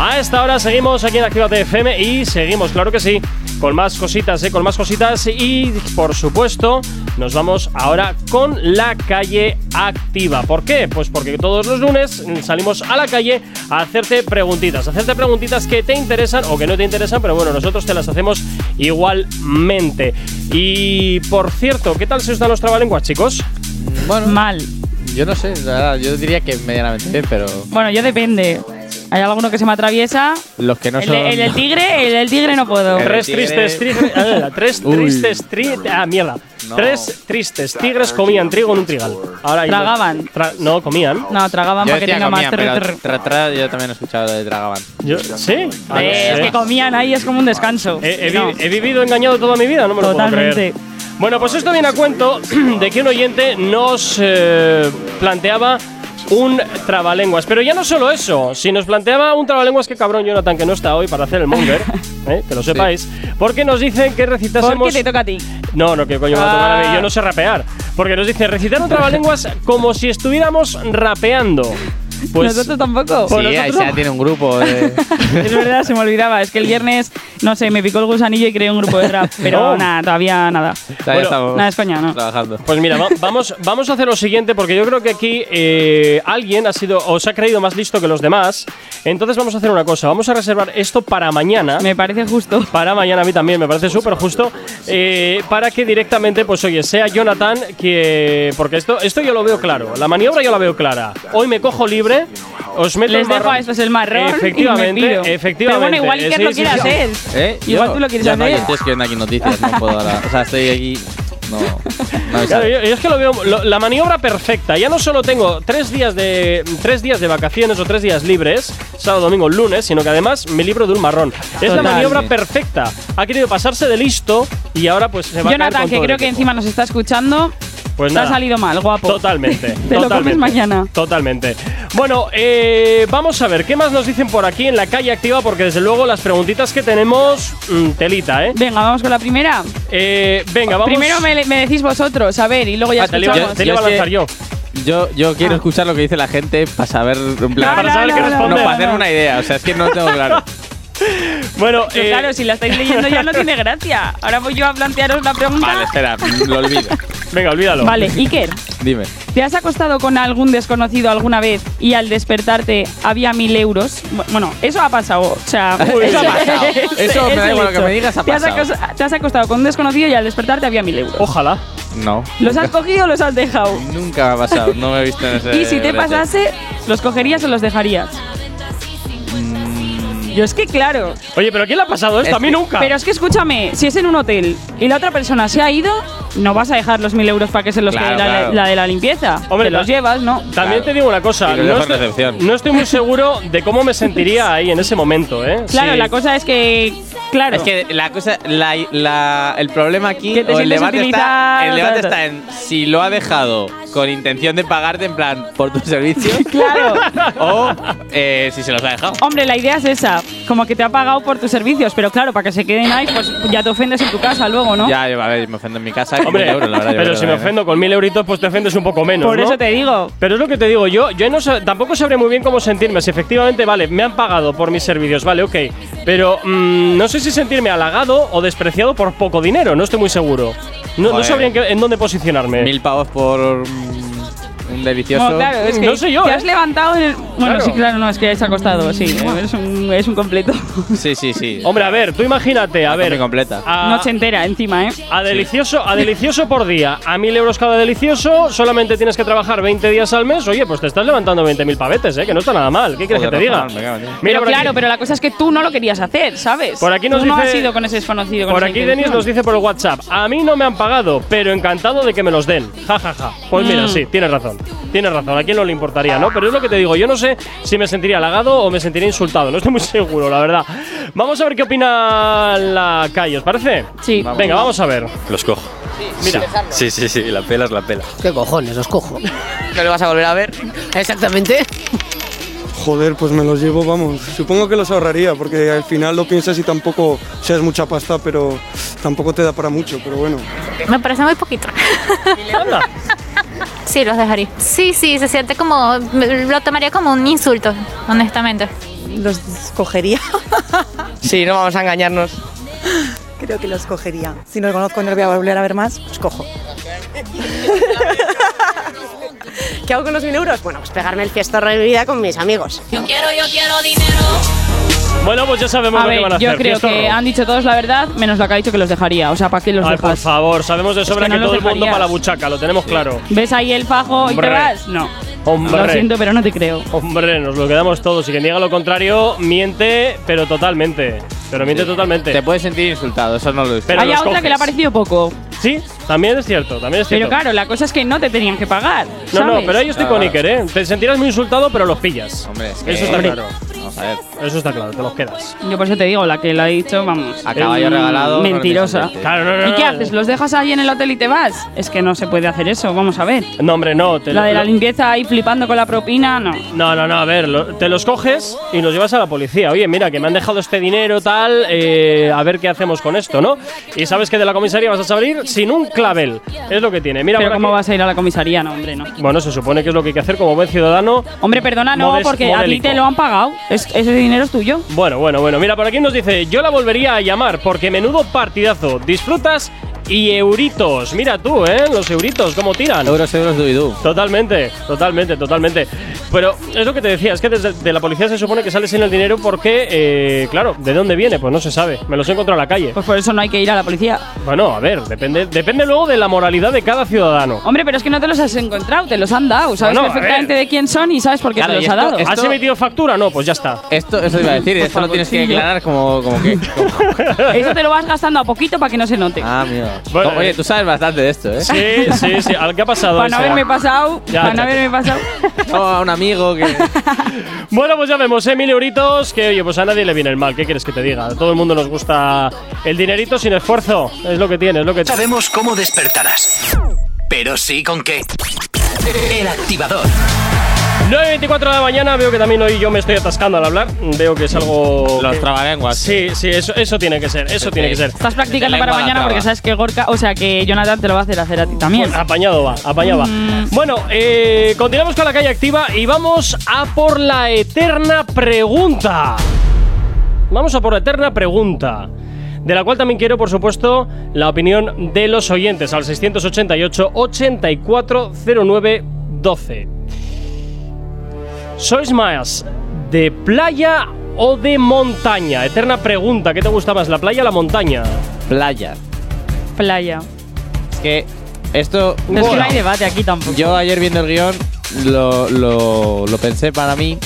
A esta hora seguimos aquí en Actívate FM y seguimos, claro que sí, con más cositas, ¿eh? con más cositas y por supuesto nos vamos ahora con la calle activa. ¿Por qué? Pues porque todos los lunes mm, salimos a la calle a hacerte preguntitas, a hacerte preguntitas que te interesan o que no te interesan, pero bueno, nosotros te las hacemos igualmente. Y por cierto, ¿qué tal se os dan los trabalenguas, chicos?
bueno
Mal.
yo no sé la verdad, yo diría que medianamente bien pero
Bueno, yo depende. Hay alguno que se me atraviesa.
los que no
el,
son
de- el del tigre, el del tigre no puedo.
El
Tres
tigre.
tristes tigres. ah, Tres
Uy.
tristes tigres. Ah, mierda.
No.
Tres tristes tigres comían trigo en un trigal. Ahora hay-
Tragaban.
Tra- no, comían.
No, tragaban
yo
para que
decía
tenga
comían,
más
pero
trrr, trrr.
tra- tra- yo también he escuchado de Dragaban
Yo- ¿Sí? Ah, no
Eh, Es
sé.
que comían ahí, es como un descanso.
He, he vi-
No.
he vivido engañado toda mi vida, no me lo puedo creer.
Totalmente.
Bueno, pues esto viene a cuento de que un oyente nos eh, planteaba un trabalenguas. Pero ya no solo eso, si nos planteaba un trabalenguas, que cabrón Jonathan que no está hoy para hacer el monger, eh, que lo sepáis, porque nos dicen que
Porque
recitásemos...
te toca a ti.
No, no, que coño me va a tocar a mí. Yo no sé rapear. Porque nos dice recitar un trabalenguas como si estuviéramos rapeando. Pues.
Nosotros tampoco.
Pues
sí ahí
nosotros-
ya tiene un grupo de
Es verdad, se me olvidaba. Es que el viernes, no sé, me picó el gusanillo y creé un grupo de rap. Pero
No.
nada, todavía nada.
Todavía
Bueno,
estamos
nada, es coña, ¿no? ¿Eh?
trabajando
Pues mira, va- vamos, vamos a hacer lo siguiente porque yo creo que aquí eh, alguien ha sido os ha creído más listo que los demás. Entonces vamos a hacer una cosa, vamos a reservar esto para mañana.
Me parece justo.
para mañana a mí también, me parece súper justo, eh, para que directamente, pues oye, sea Jonathan que... Porque esto, esto yo lo veo claro, la maniobra yo la veo clara. Hoy me cojo libre, os meto
Les
el
dejo
marrón.
a estos el marrón.
Efectivamente,
y me pido.
efectivamente.
Pero bueno, igual
Eh,
Iker
sí,
lo
sí,
quiere
sí.
hacer.
¿Eh?
Igual
Yo
tú lo quieres
ya no,
hacer.
yo estoy escribiendo aquí noticias, no puedo ahora. O sea, estoy aquí No, no me
Claro,
sale.
yo, yo es que lo veo lo- la maniobra perfecta. Ya no solo tengo tres días de tres días de vacaciones o tres días libres, sábado, domingo, lunes, sino que además me libro de un marrón. Es la
Total.
maniobra perfecta. Ha querido pasarse de listo y ahora pues se va a caer
Jonathan,
con
que
todo el
creo que
equipo.
encima nos está escuchando,
Pues
te ha
nada.
salido mal, guapo.
Totalmente.
Te lo comes
totalmente,
mañana.
Totalmente. Bueno, eh, vamos a ver, ¿qué más nos dicen por aquí en la calle activa? Porque desde luego las preguntitas que tenemos, mm, telita, ¿eh?
Venga, vamos con la primera.
Eh, venga, vamos.
Primero me, me decís vosotros, a ver, y luego ya
Ah, te lo iba-
escuchamos.
te lo iba a
Yo es que-
lanzar yo.
Yo, yo quiero
Ah.
escuchar lo que dice la gente para saber. En plan,
Para saber qué
no,
responder.
para hacer una idea. O sea, es que no lo tengo claro.
Pero
Bueno, eh,
Pues claro, si la estáis leyendo ya no tiene gracia. Ahora voy yo a plantearos la pregunta.
Vale, espera, lo olvido.
venga, olvídalo.
Vale, Iker,
Dime.
¿te has acostado con algún desconocido alguna vez y al despertarte había mil euros? Bu- Bueno, eso ha pasado. O sea,
Uy,
eso
eso ha pasado. Eso me da
el
igual lo que
hecho.
me digas, ha
Te has
pasado.
acos- Te has acostado con un desconocido y al despertarte había mil euros.
Ojalá.
No.
¿Los has cogido o los has dejado?
Nunca me ha pasado. No me he visto en ese.
Y si te
brete.
pasase, ¿los cogerías o los dejarías?
Mm.
Yo es que claro.
Oye, pero ¿a quién le ha pasado esto?
Es
A mí
que-
nunca.
Pero es que escúchame, si es en un hotel y la otra persona se ha ido, no vas a dejar los mil euros para que se los
Claro,
quede la,
claro.
la de la limpieza.
Hombre,
Te los
la-
llevas, ¿no?
También
Claro.
te digo una cosa,
Y lo dejo
no
en
estoy,
recepción.
no estoy muy seguro de cómo me sentiría ahí en ese momento, ¿eh?
Claro,
Sí.
la cosa es que. Claro.
Es que la cosa, la, la- el problema aquí,
Que te
o el
sientes
debate, está, el
utilizado,
debate
tal,
está en si lo ha dejado con intención de pagarte en plan por tu servicio
Claro.
o eh, si se los ha dejado.
Hombre, la idea es esa. Como que te ha pagado por tus servicios, pero claro, para que se queden ahí, pues ya te ofendes en tu casa luego, ¿no?
Ya, yo, a ver, me ofendo en mi casa. con
Hombre,
mil euros, la verdad, yo
pero
creo
si
que
me
vale, ¿no?
ofendo con mil euritos, pues te ofendes un poco menos.
Por
¿no?
eso te digo.
Pero es lo que te digo, yo, yo no sab- tampoco sabré muy bien cómo sentirme. Si efectivamente, vale, me han pagado por mis servicios, vale, ok. Pero mm, no sé si sentirme halagado o despreciado por poco dinero, no estoy muy seguro. No, no
Joder.
sabría en, qué- en dónde posicionarme.
Mil pavos por mm, un delicioso.
No, claro, es que
No sé yo,
te
¿eh?
has levantado en el- Bueno,
Claro.
sí, claro, no, es que has acostado, sí. Es un, es un completo.
Sí, sí, sí.
Hombre, a ver, tú imagínate, a ver.
Come completa.
a-
Noche entera, encima, ¿eh?
A delicioso, a delicioso por día. A mil euros cada delicioso, solamente tienes que trabajar 20 días al mes. Oye, pues te estás levantando 20.000 pavetes, ¿eh? Que no está nada mal. ¿Qué quieres que
Joder,
te diga?
Rafa, me cago en ti.
Mira,
pero
por aquí-
claro, pero la cosa es que tú no lo querías hacer, ¿sabes?
Por aquí nos
tú no
dice-
has ido con ese desconocido. con
Por
esa
aquí Denis
intención.
nos dice por el WhatsApp, a mí no me han pagado, pero encantado de que me los den. Ja, ja, ja. Pues mira,
Mm.
sí, tienes razón. Tienes razón, a quién no le importaría, ¿no? Pero es lo que te digo, yo no sé si me sentiría halagado o me sentiría insultado, no estoy muy seguro, la verdad. Vamos a ver qué opina la calle, ¿os parece?
Sí.
Venga, vamos a ver.
Los cojo.
Mira,
Sí, sí, sí, la pelas, la pela.
¿Qué cojones? Los cojo. ¿No lo vas a volver a ver? Exactamente.
Joder, pues me los llevo, vamos. Supongo que los ahorraría, porque al final lo piensas y tampoco, o sea, es mucha pasta, pero tampoco te da para mucho, pero bueno.
Me parece muy poquito.
anda.
Sí, los dejaría. Sí, sí, se siente como. me- Lo tomaría como un insulto, honestamente.
Los cogería. Sí, no vamos a engañarnos.
Creo que los cogería. Si no los conozco y no los voy a volver a ver más, los cojo. ¿Qué hago con los mil euros? Bueno, pues pegarme el fiesta de mi vida con mis amigos.
Bueno, pues ya sabemos
A
lo que van a
ver, yo
hacer.
creo
fiesta
que
horror.
han dicho todos la verdad, menos la que ha dicho que los dejaría. O sea, ¿para qué los
Ay, por
dejas?
favor, sabemos de sobra
que
que,
no los
todo el mundo
dejarías.
para la buchaca, lo tenemos claro.
¿Ves ahí el fajo y
Hombre.
te vas? No.
Hombre.
Lo siento, pero no te creo.
Hombre, nos lo quedamos todos. Y quien diga lo contrario, miente, pero totalmente. Pero miente totalmente.
Te puedes sentir insultado, eso no lo digo.
Pero
Hay
los
otra que le ha
coges.
parecido poco.
Sí, también es cierto, también es
Pero
cierto.
claro, la cosa es que no te tenían que pagar.
no, no,
¿sabes?
pero ahí yo estoy
Claro,
con Iker,
claro.
¿eh? Te sentirás muy insultado, pero los pillas.
Hombre, es que-
Eso está
Hombre.
claro.
Vamos a ver.
Eso está claro, te los quedas.
Yo por eso te digo, la que lo ha dicho, vamos.
A caballo
eh,
regalado, no le
Mentirosa.
pienses
Claro, no, no.
¿Y
no,
qué
no.
haces? ¿Los dejas ahí en el hotel y te vas? Es que no se puede hacer eso, vamos a ver.
No, hombre, no. Te
La
lo-
de la
lo-
limpieza ahí flipando con la propina, no.
No, no, no, a ver, lo- te los coges y los llevas a la policía. Oye, mira, que me han dejado este dinero, tal, eh, a ver qué hacemos con esto, ¿no? Y sabes que de la comisaría vas a salir sin un clavel. Es lo que tiene. Mira,
Pero
por
¿cómo
aquí-
vas a ir a la comisaría? No, hombre, no.
Bueno, se supone que es lo que hay que hacer como buen ciudadano.
Hombre, perdona, no,
Modest-
porque a ti
modélico.
te lo han pagado. Es- ese dinero es tuyo.
Bueno, bueno, bueno. Mira, por aquí nos dice, yo la volvería a llamar porque menudo partidazo. Disfrutas y euritos. Mira tú, ¿eh? Los euritos, cómo tiran.
Euros, euros, duidú.
Totalmente, totalmente, totalmente. Pero es lo que te decía, es que desde de la policía se supone que sale sin el dinero porque, eh, claro, ¿de dónde viene? Pues no se sabe. Me los he encontrado en la calle.
Pues por eso no hay que ir a la policía.
Bueno, a ver, depende, depende luego de la moralidad de cada ciudadano.
Hombre, pero es que no te los has encontrado, te los han dado. Sabes
Bueno, a
perfectamente de quién son y sabes por qué
Claro,
te
y
los ha
esto-
dado. Ah,
esto- ¿Has emitido
factura? No, pues ya está.
Esto, eso iba a decir,
Por
esto lo tienes que
favorcillo.
declarar como, como que. como-
Eso te lo vas gastando a poquito para que no se note.
ah, mira.
Bueno,
Oye, tú sabes bastante de esto, ¿eh?
Sí, sí, sí. ¿Al- ¿Qué ha pasado?
Para no
eso?
haberme pasado,
Ya,
para
ya,
no haberme pasado.
a un amigo que.
Bueno, pues ya vemos, ¿eh? Mil euritos, que oye, pues a nadie le viene el mal, ¿qué quieres que te diga? A todo el mundo nos gusta el dinerito sin esfuerzo, es lo que tiene, es lo que
Sabemos cómo despertarás. Pero sí con qué. El activador.
9.24 de la mañana, veo que también hoy yo me estoy atascando al hablar, veo que es algo...
Los
que-
trabalenguas.
Sí, sí, eso, eso tiene que ser, eso tiene que ser.
Estás practicando para mañana porque sabes que Gorka, o sea que Jonathan te lo va a hacer hacer a ti también.
Apañado va, apañado va. Bueno, eh, continuamos con la calle activa y vamos a por la eterna pregunta. Vamos a por la eterna pregunta. De la cual también quiero, por supuesto, la opinión de los oyentes al 688-8409-12. ¿Sois más de playa o de montaña? Eterna pregunta, ¿qué te gusta más, la playa o la montaña?
Playa.
ah.
Playa.
Es que esto.
No, es que no hay debate aquí tampoco.
Yo ayer viendo el guión lo, lo- lo pensé para mí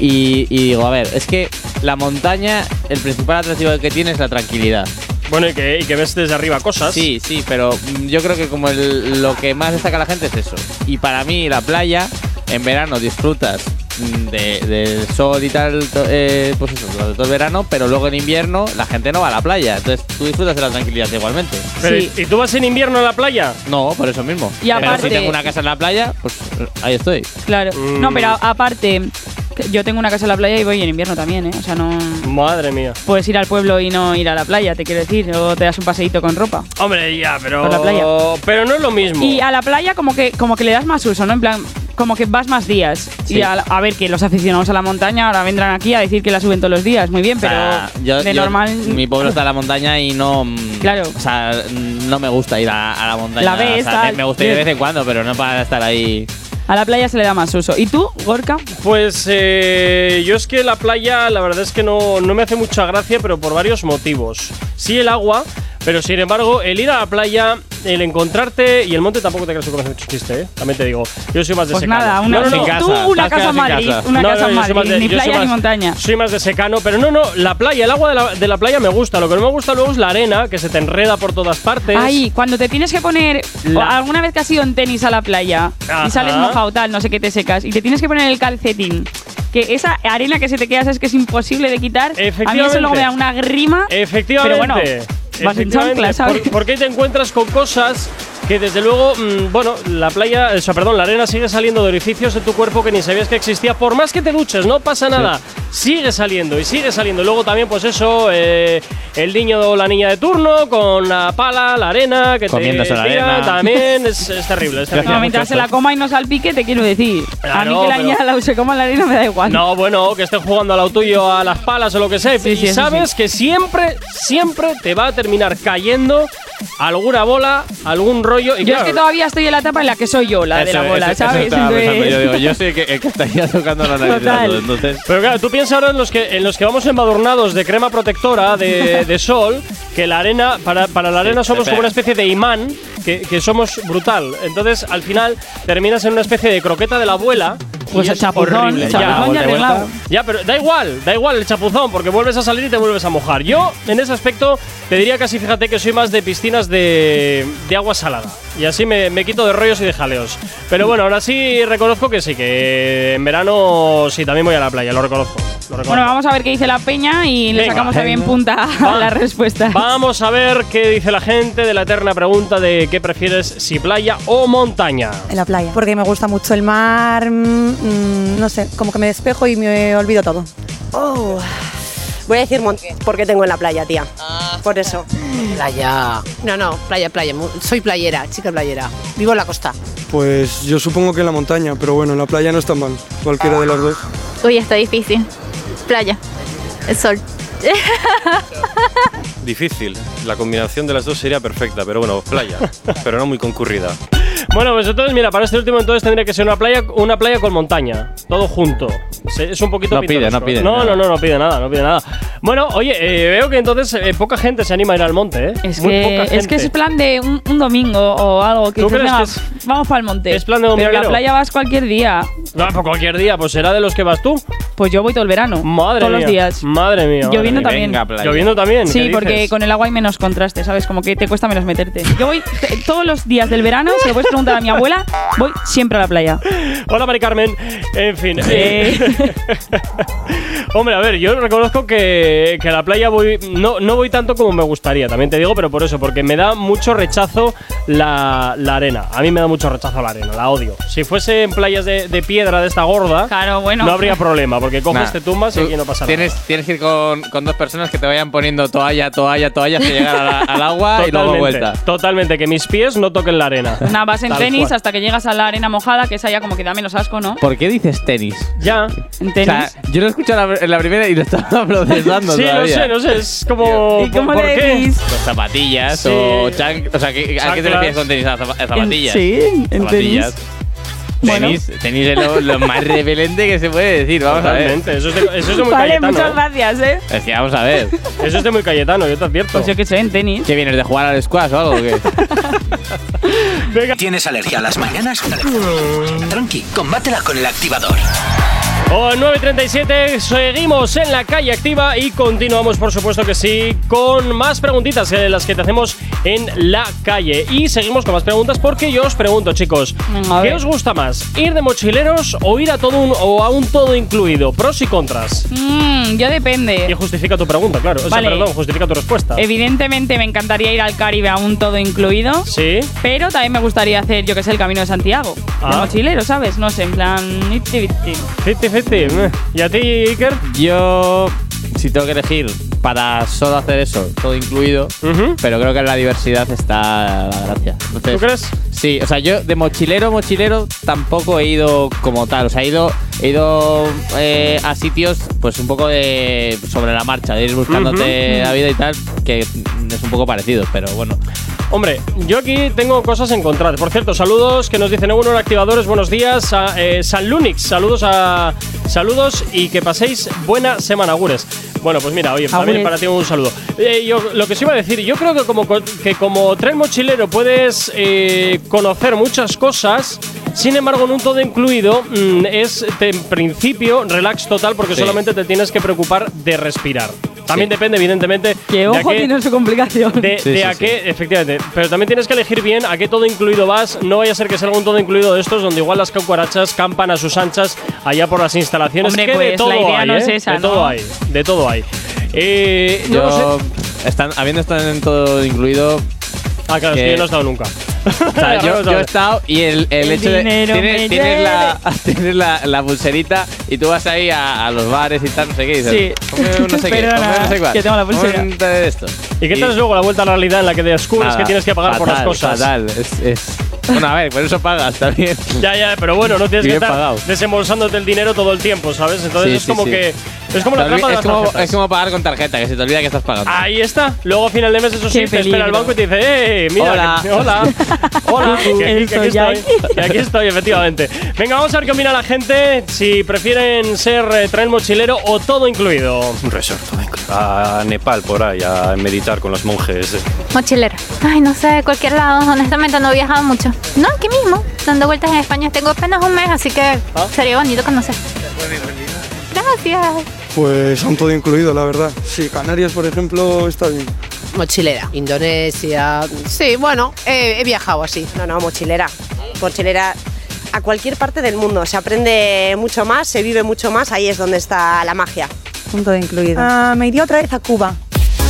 y, y digo, a ver, es que la montaña, el principal atractivo que tiene es la tranquilidad.
Bueno, y que, y que ves desde arriba cosas.
Sí, sí, pero mm, yo creo que como el- lo que más destaca la gente es eso. Y para mí la playa, en verano disfrutas mm, de- del sol y tal, to- eh, pues eso, durante todo el verano, pero luego en invierno la gente no va a la playa, entonces tú disfrutas de la tranquilidad igualmente.
Pero, ¿Y tú vas en invierno a la playa?
No, por eso mismo.
Y
Pero
aparte-
si tengo una casa en la playa, pues eh, ahí estoy.
Claro. No, pero
Mm.
a- aparte, que yo tengo una casa en la playa y voy en invierno también, ¿eh? O sea, no.
Madre mía.
Puedes ir al pueblo y no ir a la playa, te quiero decir, o te das un paseíto con ropa.
Hombre, ya, pero.
Por la playa.
Pero no es lo mismo.
Y a la playa como que como que le das más uso, ¿no? En plan, como que vas más días.
Sí.
Y a, la- a ver, que los aficionados a la montaña ahora vendrán aquí a decir que la suben todos los días, muy bien, pero
Ah, yo-
de
yo-
normal
Mi pueblo está en la montaña y no. mm,
Claro.
O sea, mm, no me gusta ir a, a la montaña.
La ves,
O sea,
tal,
me gusta ir de
bien.
vez en cuando, pero no para estar ahí.
a la playa se le da más uso. ¿Y tú, Gorka?
Pues eh, yo es que la playa, la verdad es que no, no me hace mucha gracia, pero por varios motivos. Sí, el agua, pero sin embargo, el ir a la playa, el encontrarte. Y el monte tampoco te creas que me hace mucho chiste, ¿eh? También te digo. Yo soy más de
Pues
secano.
nada, una-
No, no, no.
tú una casa en Madrid, una
No,
casa en
no, yo
Madrid,
soy más de-
ni
yo soy
playa ni
más-
montaña.
Soy más de secano, pero no, no, la playa, el agua de la, de la playa me gusta. Lo que no me gusta luego es la arena, que se te enreda por todas partes.
Ay, cuando te tienes que poner
La-
o alguna vez que has ido en tenis a la playa
Ajá.
y sales mojado tal, no sé qué te secas y te tienes que poner el calcetín. Que esa arena que se te queda es que es imposible de quitar. A mí eso luego me da una grima.
Efectivamente.
Pero bueno, vas en chanclas, ¿sabes?
Por- porque ahí te encuentras con cosas que desde luego, mm, bueno, la playa, o sea, perdón, la arena sigue saliendo de orificios de tu cuerpo que ni sabías que existía. Por más que te duches, no pasa nada. Sigue saliendo y sigue saliendo. Luego también, pues eso, eh, el niño o la niña de turno con la pala, la arena, que
Comiéndose
te
la
tira,
arena.
también es, es terrible. Es
No,
terrible.
mientras se la coma y no salpique, te quiero decir. a mí
Claro,
que la
pero-
niña la use como la arena me da igual.
No, bueno, que estén jugando a la tuyo, a las palas o lo que sea. y
sí, eso
sabes que siempre, siempre te va a terminar cayendo alguna bola, algún rollo. Y
yo
claro,
es que todavía estoy en la etapa en la que soy yo, la de
Eso
la
es,
bola,
eso- eso
¿sabes?
estaba pensando
Entonces-
yo, digo, yo soy el que, el que estaría tocando la nariz.
Total.
todo, Entonces,
Pero claro, tú piensas ahora en los que en los que vamos embadurnados de crema protectora, de, de sol, que la arena, para, para la arena somos
espera.
como una especie de imán, que, que somos brutal. Entonces, al final, terminas en una especie de croqueta de la abuela. y
Pues
es
chapuzón,
horrible.
chapuzón ya
ya,
arreglado.
Ya, pero da igual, da igual el chapuzón, porque vuelves a salir y te vuelves a mojar. Yo, en ese aspecto, te diría casi, fíjate que soy más de piscinas de, de agua salada. Y así me, me quito de rollos y de jaleos. Pero bueno, ahora sí reconozco que sí, que en verano sí, también voy a la playa, lo reconozco. lo reconozco.
Bueno, vamos a ver qué dice la peña y le
Venga.
sacamos también punta a
Va-
la respuesta.
Vamos a ver qué dice la gente de la eterna pregunta de qué prefieres, si playa o montaña.
En la playa. Porque me gusta mucho el mar, mm, mm, no sé, como que me despejo y me olvido todo.
Oh. Voy a decir monte, porque tengo en la playa, tía. Por eso.
Playa. No, no, playa, playa. Mu- Soy playera, chica playera. Vivo en la costa.
Pues yo supongo que en la montaña, pero bueno, en la playa no es tan mal, cualquiera de las dos.
Uy, está difícil. Playa. El sol.
Difícil. La combinación de las dos sería perfecta, pero bueno, playa. pero no muy concurrida.
Bueno, pues entonces, mira, para este último entonces tendría que ser una playa, una playa con montaña. Todo junto. Se- Es un poquito
No pide,
pintoresco.
no pide
No,
nada.
no, no, no pide nada, no pide nada. Bueno, oye, eh, veo que entonces eh, poca gente se anima a ir al monte, ¿eh?
Es que, es que es plan de un, un domingo o algo. Que
¿Tú
dices,
crees
"Venga,
que es-
vamos para el monte.
es plan de
Pero a la
dominguero?
playa vas cualquier día.
No, pues cualquier día, pues será de los que vas tú.
Pues yo voy todo el verano.
Madre
todos
mía.
los días.
Madre mía. madre
Lloviendo
mía.
también. Venga, playa.
Lloviendo también.
Sí,
¿qué
porque
dices?
con el agua hay menos contraste, ¿sabes? Como que te cuesta menos meterte. Yo voy t- todos los días del verano, si le puedes preguntar a mi abuela, voy siempre a la playa.
Hola, Mari Carmen. En fin. eh, Hombre, a ver, yo reconozco que, que a la playa voy, no, no voy tanto como me gustaría, también te digo, pero por eso, porque me da mucho rechazo la, la arena. A mí me da mucho rechazo la arena, la odio. Si fuese en playas de, de piedra de esta gorda, no habría problema, porque coges,
Nah,
te tumbas y
tú
aquí no pasa
tienes, Tienes que ir con, con dos personas que te vayan poniendo toalla, toalla, toalla hasta llegar a la- al agua
nada.
y luego
Totalmente,
vuelta.
Totalmente, que mis pies no toquen la arena.
Nada, vas en
Tal
tenis
cual.
hasta que llegas a la arena mojada, que esa ya como que da menos asco, ¿no?
¿Por qué dices tenis?
Ya.
En tenis.
O sea, yo lo he escuchado en la- en la primera y lo estaba procesando
Sí, no
todavía.
sé, no sé, es como...
¿Y cómo
¿por
le
qué?
decís? Los zapatillas
Sí.
o chan... O sea, ¿qué- ¿a qué te
Chanclas.
refieres con tenis? ¿A zapa- a zapatillas?
sí, en tenis.
zapatillas. Tenis, tenis es lo, lo más repelente que se puede decir, vamos
Totalmente,
a ver.
eso es de- eso es de muy
Vale,
Cayetano,
muchas
¿eh?
gracias, ¿eh?
Es que vamos a ver.
Eso es de muy Cayetano, yo te advierto.
Pues yo que sé, en tenis.
¿Qué vienes de jugar al squash o algo? o qué?
¿Tienes alergia a las mañanas? Tranqui, combátela con el activador.
O 9.37, seguimos en la calle activa y continuamos, por supuesto que sí, con más preguntitas eh, las que te hacemos en la calle. Y seguimos con más preguntas porque yo os pregunto, chicos,
Venga, a
¿qué
ver.
os gusta más? ¿Ir de mochileros o ir a todo un, o a un todo incluido? Pros y contras.
Mm, yo depende.
Y justifica tu pregunta, claro. O sea,
Vale.
perdón, justifica tu respuesta.
Evidentemente me encantaría ir al Caribe a un todo incluido.
Sí.
Pero también me gustaría hacer, yo que sé, el Camino de Santiago. De
Ah.
mochilero, ¿sabes? No sé, en plan... nitty bitty.
Fifty, fifty. ¿Y a ti, Iker?
Yo, si tengo que elegir para solo hacer eso, todo incluido, pero creo que en la diversidad está la gracia. Entonces,
¿Tú crees?
Sí, o sea, yo de mochilero, mochilero, tampoco he ido como tal. O sea, he ido, he ido eh, a sitios, pues un poco de sobre la marcha, de ir buscándote
Ujú.
la vida y tal, que mm, es un poco parecido, pero bueno.
Hombre, yo aquí tengo cosas encontradas. Por cierto, saludos que nos dicen uno en activadores, buenos días. A, eh, San Lunix, saludos a. Saludos y que paséis buena semana, Agures. Bueno, pues mira, oye, también
Agures.
para ti un saludo. Eh, yo, lo que os iba a decir, yo creo que como, co- que como tren mochilero puedes eh, conocer muchas cosas. Sin embargo, en un todo incluido mm, es te- en principio relax total porque
Sí.
solamente te tienes que preocupar de respirar. También
Sí.
depende, evidentemente,
Que
de a
ojo
qué-
tiene su complicación.
de, de a qué, efectivamente. Pero también tienes que elegir bien a qué todo incluido vas. No vaya a ser que sea algún todo incluido de estos, donde igual las cucarachas campan a sus anchas allá por las instalaciones.
Hombre,
que de
pues,
todo
la idea
hay,
no
¿eh?
es esa,
De
¿no?
todo hay, de todo hay. Eh, no
yo,
lo sé.
Están, habiendo estado en todo incluido.
Ah, claro, es que yo no he estado nunca.
O sea, yo, yo he estado y el, el
El
hecho de.
dinero
Tienes,
me
tienes la, tienes la, la pulserita y tú vas ahí a, a los bares y tal, no sé qué. Y dices,
Sí.
"Cómprame un no sé qué,
Perdona,
cómprame un no sé cuál,
que tengo la
cómprame
pulsera".
un tal de esto.
¿Y qué tal es luego la vuelta a la realidad en la que descubres
nada,
que tienes que pagar por las
fatal,
cosas?
Fatal, es. es bueno, a ver, por eso pagas también.
Ya, ya, pero bueno, no tienes
Y
que
bien
estar
pagado.
desembolsándote el dinero todo el tiempo, ¿sabes? Entonces
Sí,
es
sí,
como
sí.
que. Es como la
También-
trampa de
es
las
como-
tarjetas. Ah,
Es como pagar con tarjeta, que se te olvida que estás pagando.
Ahí está. Luego a final de mes, eso
Qué
sí, te espera el
peligro.
banco y te dice, ¡eh! Mira,
Hola.
que- hola, hola, que aquí- que aquí,
Estoy
estoy,
aquí.
que aquí estoy, efectivamente. Venga, vamos a ver qué opina la gente, si prefieren ser eh, tren mochilero o todo incluido.
Un resort. A Nepal por ahí, a meditar con los monjes. eh.
Mochilero. Ay, no sé, cualquier lado. Honestamente no he viajado mucho. No, aquí mismo. Dando vueltas en España. Tengo apenas un mes, así que sería bonito conocer. Gracias.
Pues aún todo incluido, la verdad. Sí, Canarias, por ejemplo, está bien.
Mochilera. Indonesia.
Sí, bueno, eh, he viajado así. No, no, mochilera. Mochilera a cualquier parte del mundo. Se aprende mucho más, se vive mucho más. Ahí es donde está la magia.
Punto de incluido. Ah, me iría otra vez a Cuba.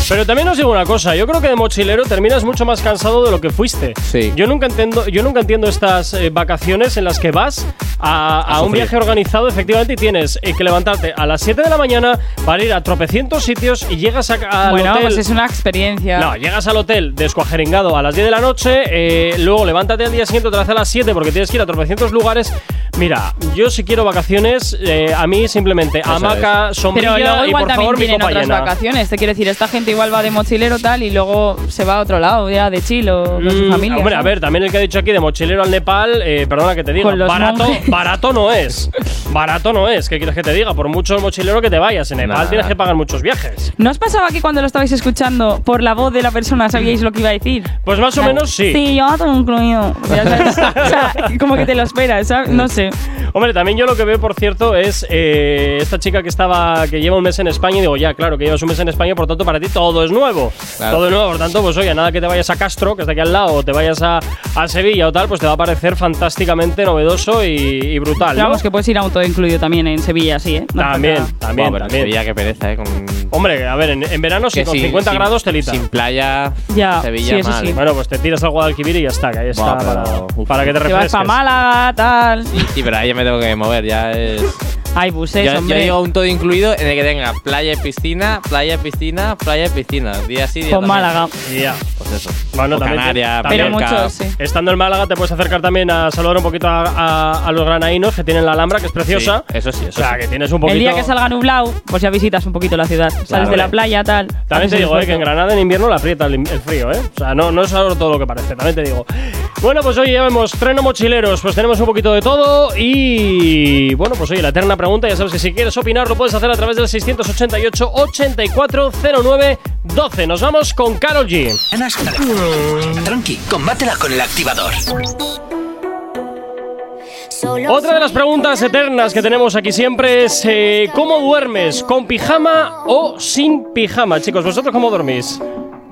Pero también os digo una cosa, yo creo que de mochilero terminas mucho más cansado de lo que fuiste.
Sí.
Yo nunca entiendo, yo nunca entiendo estas eh, vacaciones en las que vas a, a
A
un
sufrir.
viaje organizado, efectivamente, y tienes eh, que levantarte a las 7 de la mañana para ir a tropecientos sitios y llegas a, al
bueno,
hotel.
pues es una experiencia.
No, llegas al hotel descuajeringado a las 10 de la noche, eh, luego levántate al día siguiente otra vez a las 7 porque tienes que ir a tropecientos lugares. Mira, yo si quiero vacaciones, eh, a mí simplemente
Eso
hamaca,
es.
sombrilla
Pero luego
y
igual
por
también
favor mi
tienen
copa
otras
llena.
vacaciones. Te quiero decir, esta gente igual va de mochilero tal y luego se va a otro lado, ya de Chile o con su
Mm,
familia.
Hombre, a
¿sabes?
ver, también el que ha dicho aquí de mochilero al Nepal, eh, perdona que te diga,
Con los
barato,
monjes.
barato no es. Barato no es, ¿qué quieres que te diga? Por mucho mochilero que te vayas en Nepal,
Nah.
tienes que pagar muchos viajes.
¿No os pasaba que cuando lo estabais escuchando, por la voz de la persona, sabíais lo que iba a decir?
Pues más o
Claro.
menos sí.
Sí, yo todo incluido. Ya sabes, o sea, como que te lo esperas, ¿sabes? No sé.
Hombre, también yo lo que veo, por cierto, es eh, esta chica que estaba que lleva un mes en España y digo, ya, claro, que llevas un mes en España, por tanto, para ti todo es nuevo.
Claro.
Todo es nuevo, por tanto, pues oye, nada que te vayas a Castro, que está aquí al lado, o te vayas a, a Sevilla o tal, pues te va a parecer fantásticamente novedoso y, y brutal.
Pero
¿no?
vamos, que puedes ir a un todo incluido también en Sevilla, sí, ¿eh? No hace
También,
falta-
también,
Buah, pero
también.
Sevilla, qué pereza, eh. Con...
Hombre, a ver, en, en verano sí,
Que
con
sin-
50
sin-
grados telita.
Sin playa,
Ya,
Sevilla,
sí, eso
mal.
sí.
Bueno, pues te tiras al Guadalquivir y ya está, que ahí está
Buah,
para,
pero- uf.
para que
Te
te
vas
refresques.
para Málaga, tal.
Sí, pero ahí ya me tengo que mover, ya es.
Hay buses,
yo, yo
hombre.
digo un todo incluido en el que tenga playa y piscina, playa y piscina, playa y piscina. Día sí, día
Con
también.
Pues Málaga.
Y ya.
Pues eso.
Bueno,
O
también-
Canarias,
también-
Mallorca.
Estando en Málaga te puedes acercar también a saludar un poquito a, a- a los granainos que tienen la Alhambra, que es preciosa.
Sí, eso sí, eso
O sea,
sí.
que tienes un poquito...
El día que salga nublado, pues ya visitas un poquito la ciudad. Sales
Claro,
de la
eh.
playa, tal.
También
haces
te
el
digo, eh, que en
esfuerzo.
Granada en invierno la aprieta el, el frío, ¿eh? O sea, no, no es ahora todo lo que parece, también te digo. Bueno, pues hoy ya vemos treno mochileros, pues tenemos un poquito de todo y... Bueno, pues oye, la eterna pregunta, ya sabes que si quieres opinar lo puedes hacer a través del 688-8409-12. Nos vamos con Carol G.
Tranqui, combátela con el activador.
Otra de las preguntas eternas que tenemos aquí siempre es eh, ¿Cómo duermes? ¿Con pijama o sin pijama? Chicos, ¿vosotros cómo dormís?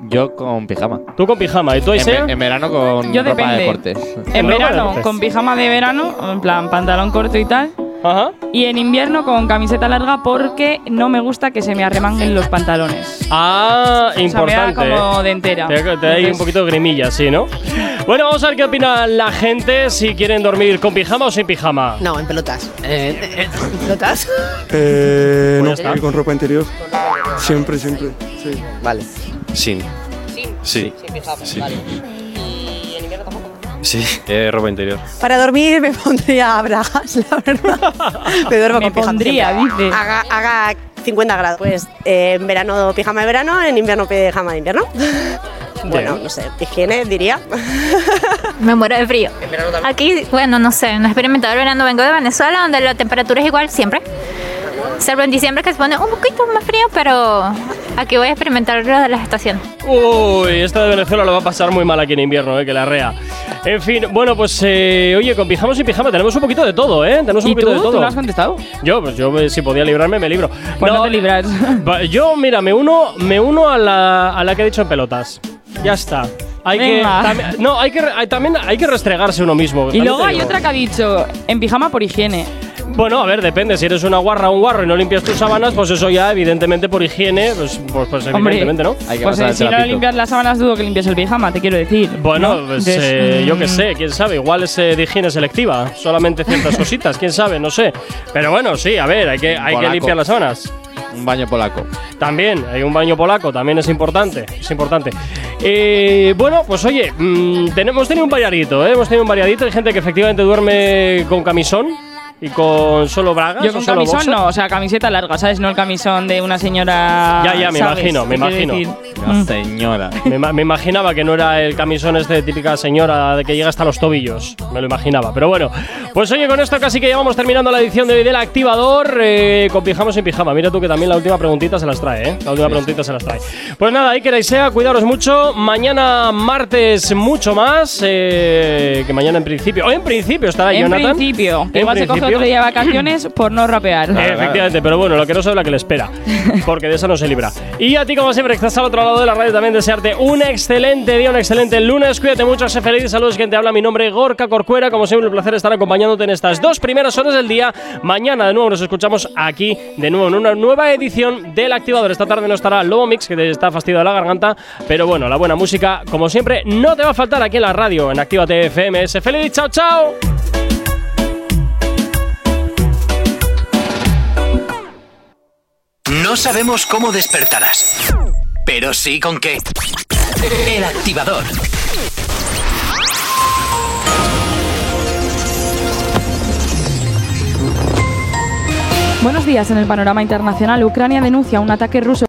Yo con pijama.
¿Tú con pijama? ¿Y tú,
en,
Aisea?
ve- en verano con
Yo
ropa de
depende.
deportes.
En
Ropa de
verano,
deportes.
con pijama de verano, en plan pantalón corto y tal.
Ajá.
Y en invierno con camiseta larga porque no me gusta que se me arremanguen los pantalones.
Ah,
me da
importante.
como
¿eh?
de entera.
Te, te da ahí un
Entonces-
poquito de grimilla, sí, ¿no? Bueno, vamos a ver qué opina la gente si quieren dormir con pijama o sin pijama.
No, en pelotas. Eh, ¿En pelotas?
Eh,
Pues
no,
ya está.
y con ropa interior. Siempre, siempre. Sí.
Vale.
Sin.
Sin.
Sí.
pijama,
Sí.
vale. Y en invierno tampoco.
Sí, eh, ropa interior.
Para dormir me pondría bragas, la verdad. me duermo con pijama
pondría,
siempre.
dice.
Haga, haga 50 grados. Pues eh, en verano pijama de verano, en invierno pijama de invierno. Bueno, no sé, higiene diría.
Me muero de frío. Aquí, bueno, no sé, no he experimentado el verano. Vengo de Venezuela, donde la temperatura es igual siempre. Salvo en diciembre que se pone un poquito más frío, pero aquí voy a experimentar lo de las estaciones.
Uy, esta de Venezuela lo va a pasar muy mal aquí en invierno, ¿eh? que la rea. En fin, bueno, pues eh, oye, con pijama o sin pijama tenemos un poquito de todo, ¿eh? Tenemos un
¿Y tú?
poquito de todo.
¿Tú lo has contestado?
Yo, pues yo eh, si podía librarme, me libro.
Pues no te libras.
Va, Yo, mira, me uno, me uno a, la, a la que he dicho en pelotas. Ya está. Hay que,
Venga.
tambi- no, hay que, re- hay- también hay que restregarse uno mismo.
Y
también
luego
te
hay
digo.
otra que ha dicho, en pijama por higiene.
Bueno, a ver, depende. Si eres una guarra o un guarro y no limpias tus sábanas, pues eso ya, evidentemente, por higiene, pues, pues, pues
Hombre,
evidentemente, ¿no?
Pues eh, si no limpias las sábanas, dudo que limpies el pijama, te quiero decir.
Bueno,
¿No?
pues,
Entonces,
eh, yo qué
mm,
sé, quién sabe, igual es eh, de higiene selectiva, solamente ciertas cositas, quién sabe, no sé. Pero bueno, sí, a ver, hay que, hay que
Polaco.
limpiar las sábanas.
Un baño polaco.
Mm.
También, hay un baño polaco, también es importante, es importante. Eh, bueno, pues oye, mm, tenemos, hemos tenido un variadito, ¿eh? hemos tenido un variadito, hay gente que efectivamente duerme con camisón y con solo bragas.
Yo
o
con
solo
camisón
boxer.
no, o sea, camiseta larga, ¿sabes? No el camisón de una señora.
Ya, ya, me
¿sabes?
imagino, me
Te quiero
imagino.
decir.
La señora.
Me, ima- me imaginaba que no era el camisón este de típica señora de que llega hasta los tobillos. Me lo imaginaba. Pero bueno, pues oye, con esto casi que ya vamos terminando la edición de hoy del activador eh, con pijama o sin pijama. Mira tú que también la última preguntita se las trae, ¿eh? La última preguntita se las trae. Pues nada, ahí queréis sea, cuidaros mucho. Mañana martes mucho más. eh, que mañana en principio. Hoy en principio estará
En
Ah, Jonathan.
principio,
En
igual se coge
principio.
otro día de vacaciones por no rapear.
Eh, Efectivamente, pero bueno, lo que no sabe la que le espera, porque de esa no se libra. Y a ti, como siempre, que estás al otro lado de la radio, también desearte un excelente día, un excelente lunes. Cuídate mucho, sé feliz. Saludos, quien te habla. Mi nombre es Gorka Corcuera. Como siempre, un placer estar acompañándote en estas dos primeras horas del día. Mañana, de nuevo, nos escuchamos aquí, de nuevo, en una nueva edición del Activador. Esta tarde no estará Lobo Mix, que te está fastidiado la garganta, pero bueno, la buena música, como siempre, no te va a faltar aquí en la radio, en Actívate FM. Sé feliz, chao, chao.
No sabemos cómo despertarás, pero sí con qué. El activador.
Buenos días. En el panorama internacional, Ucrania denuncia un ataque ruso.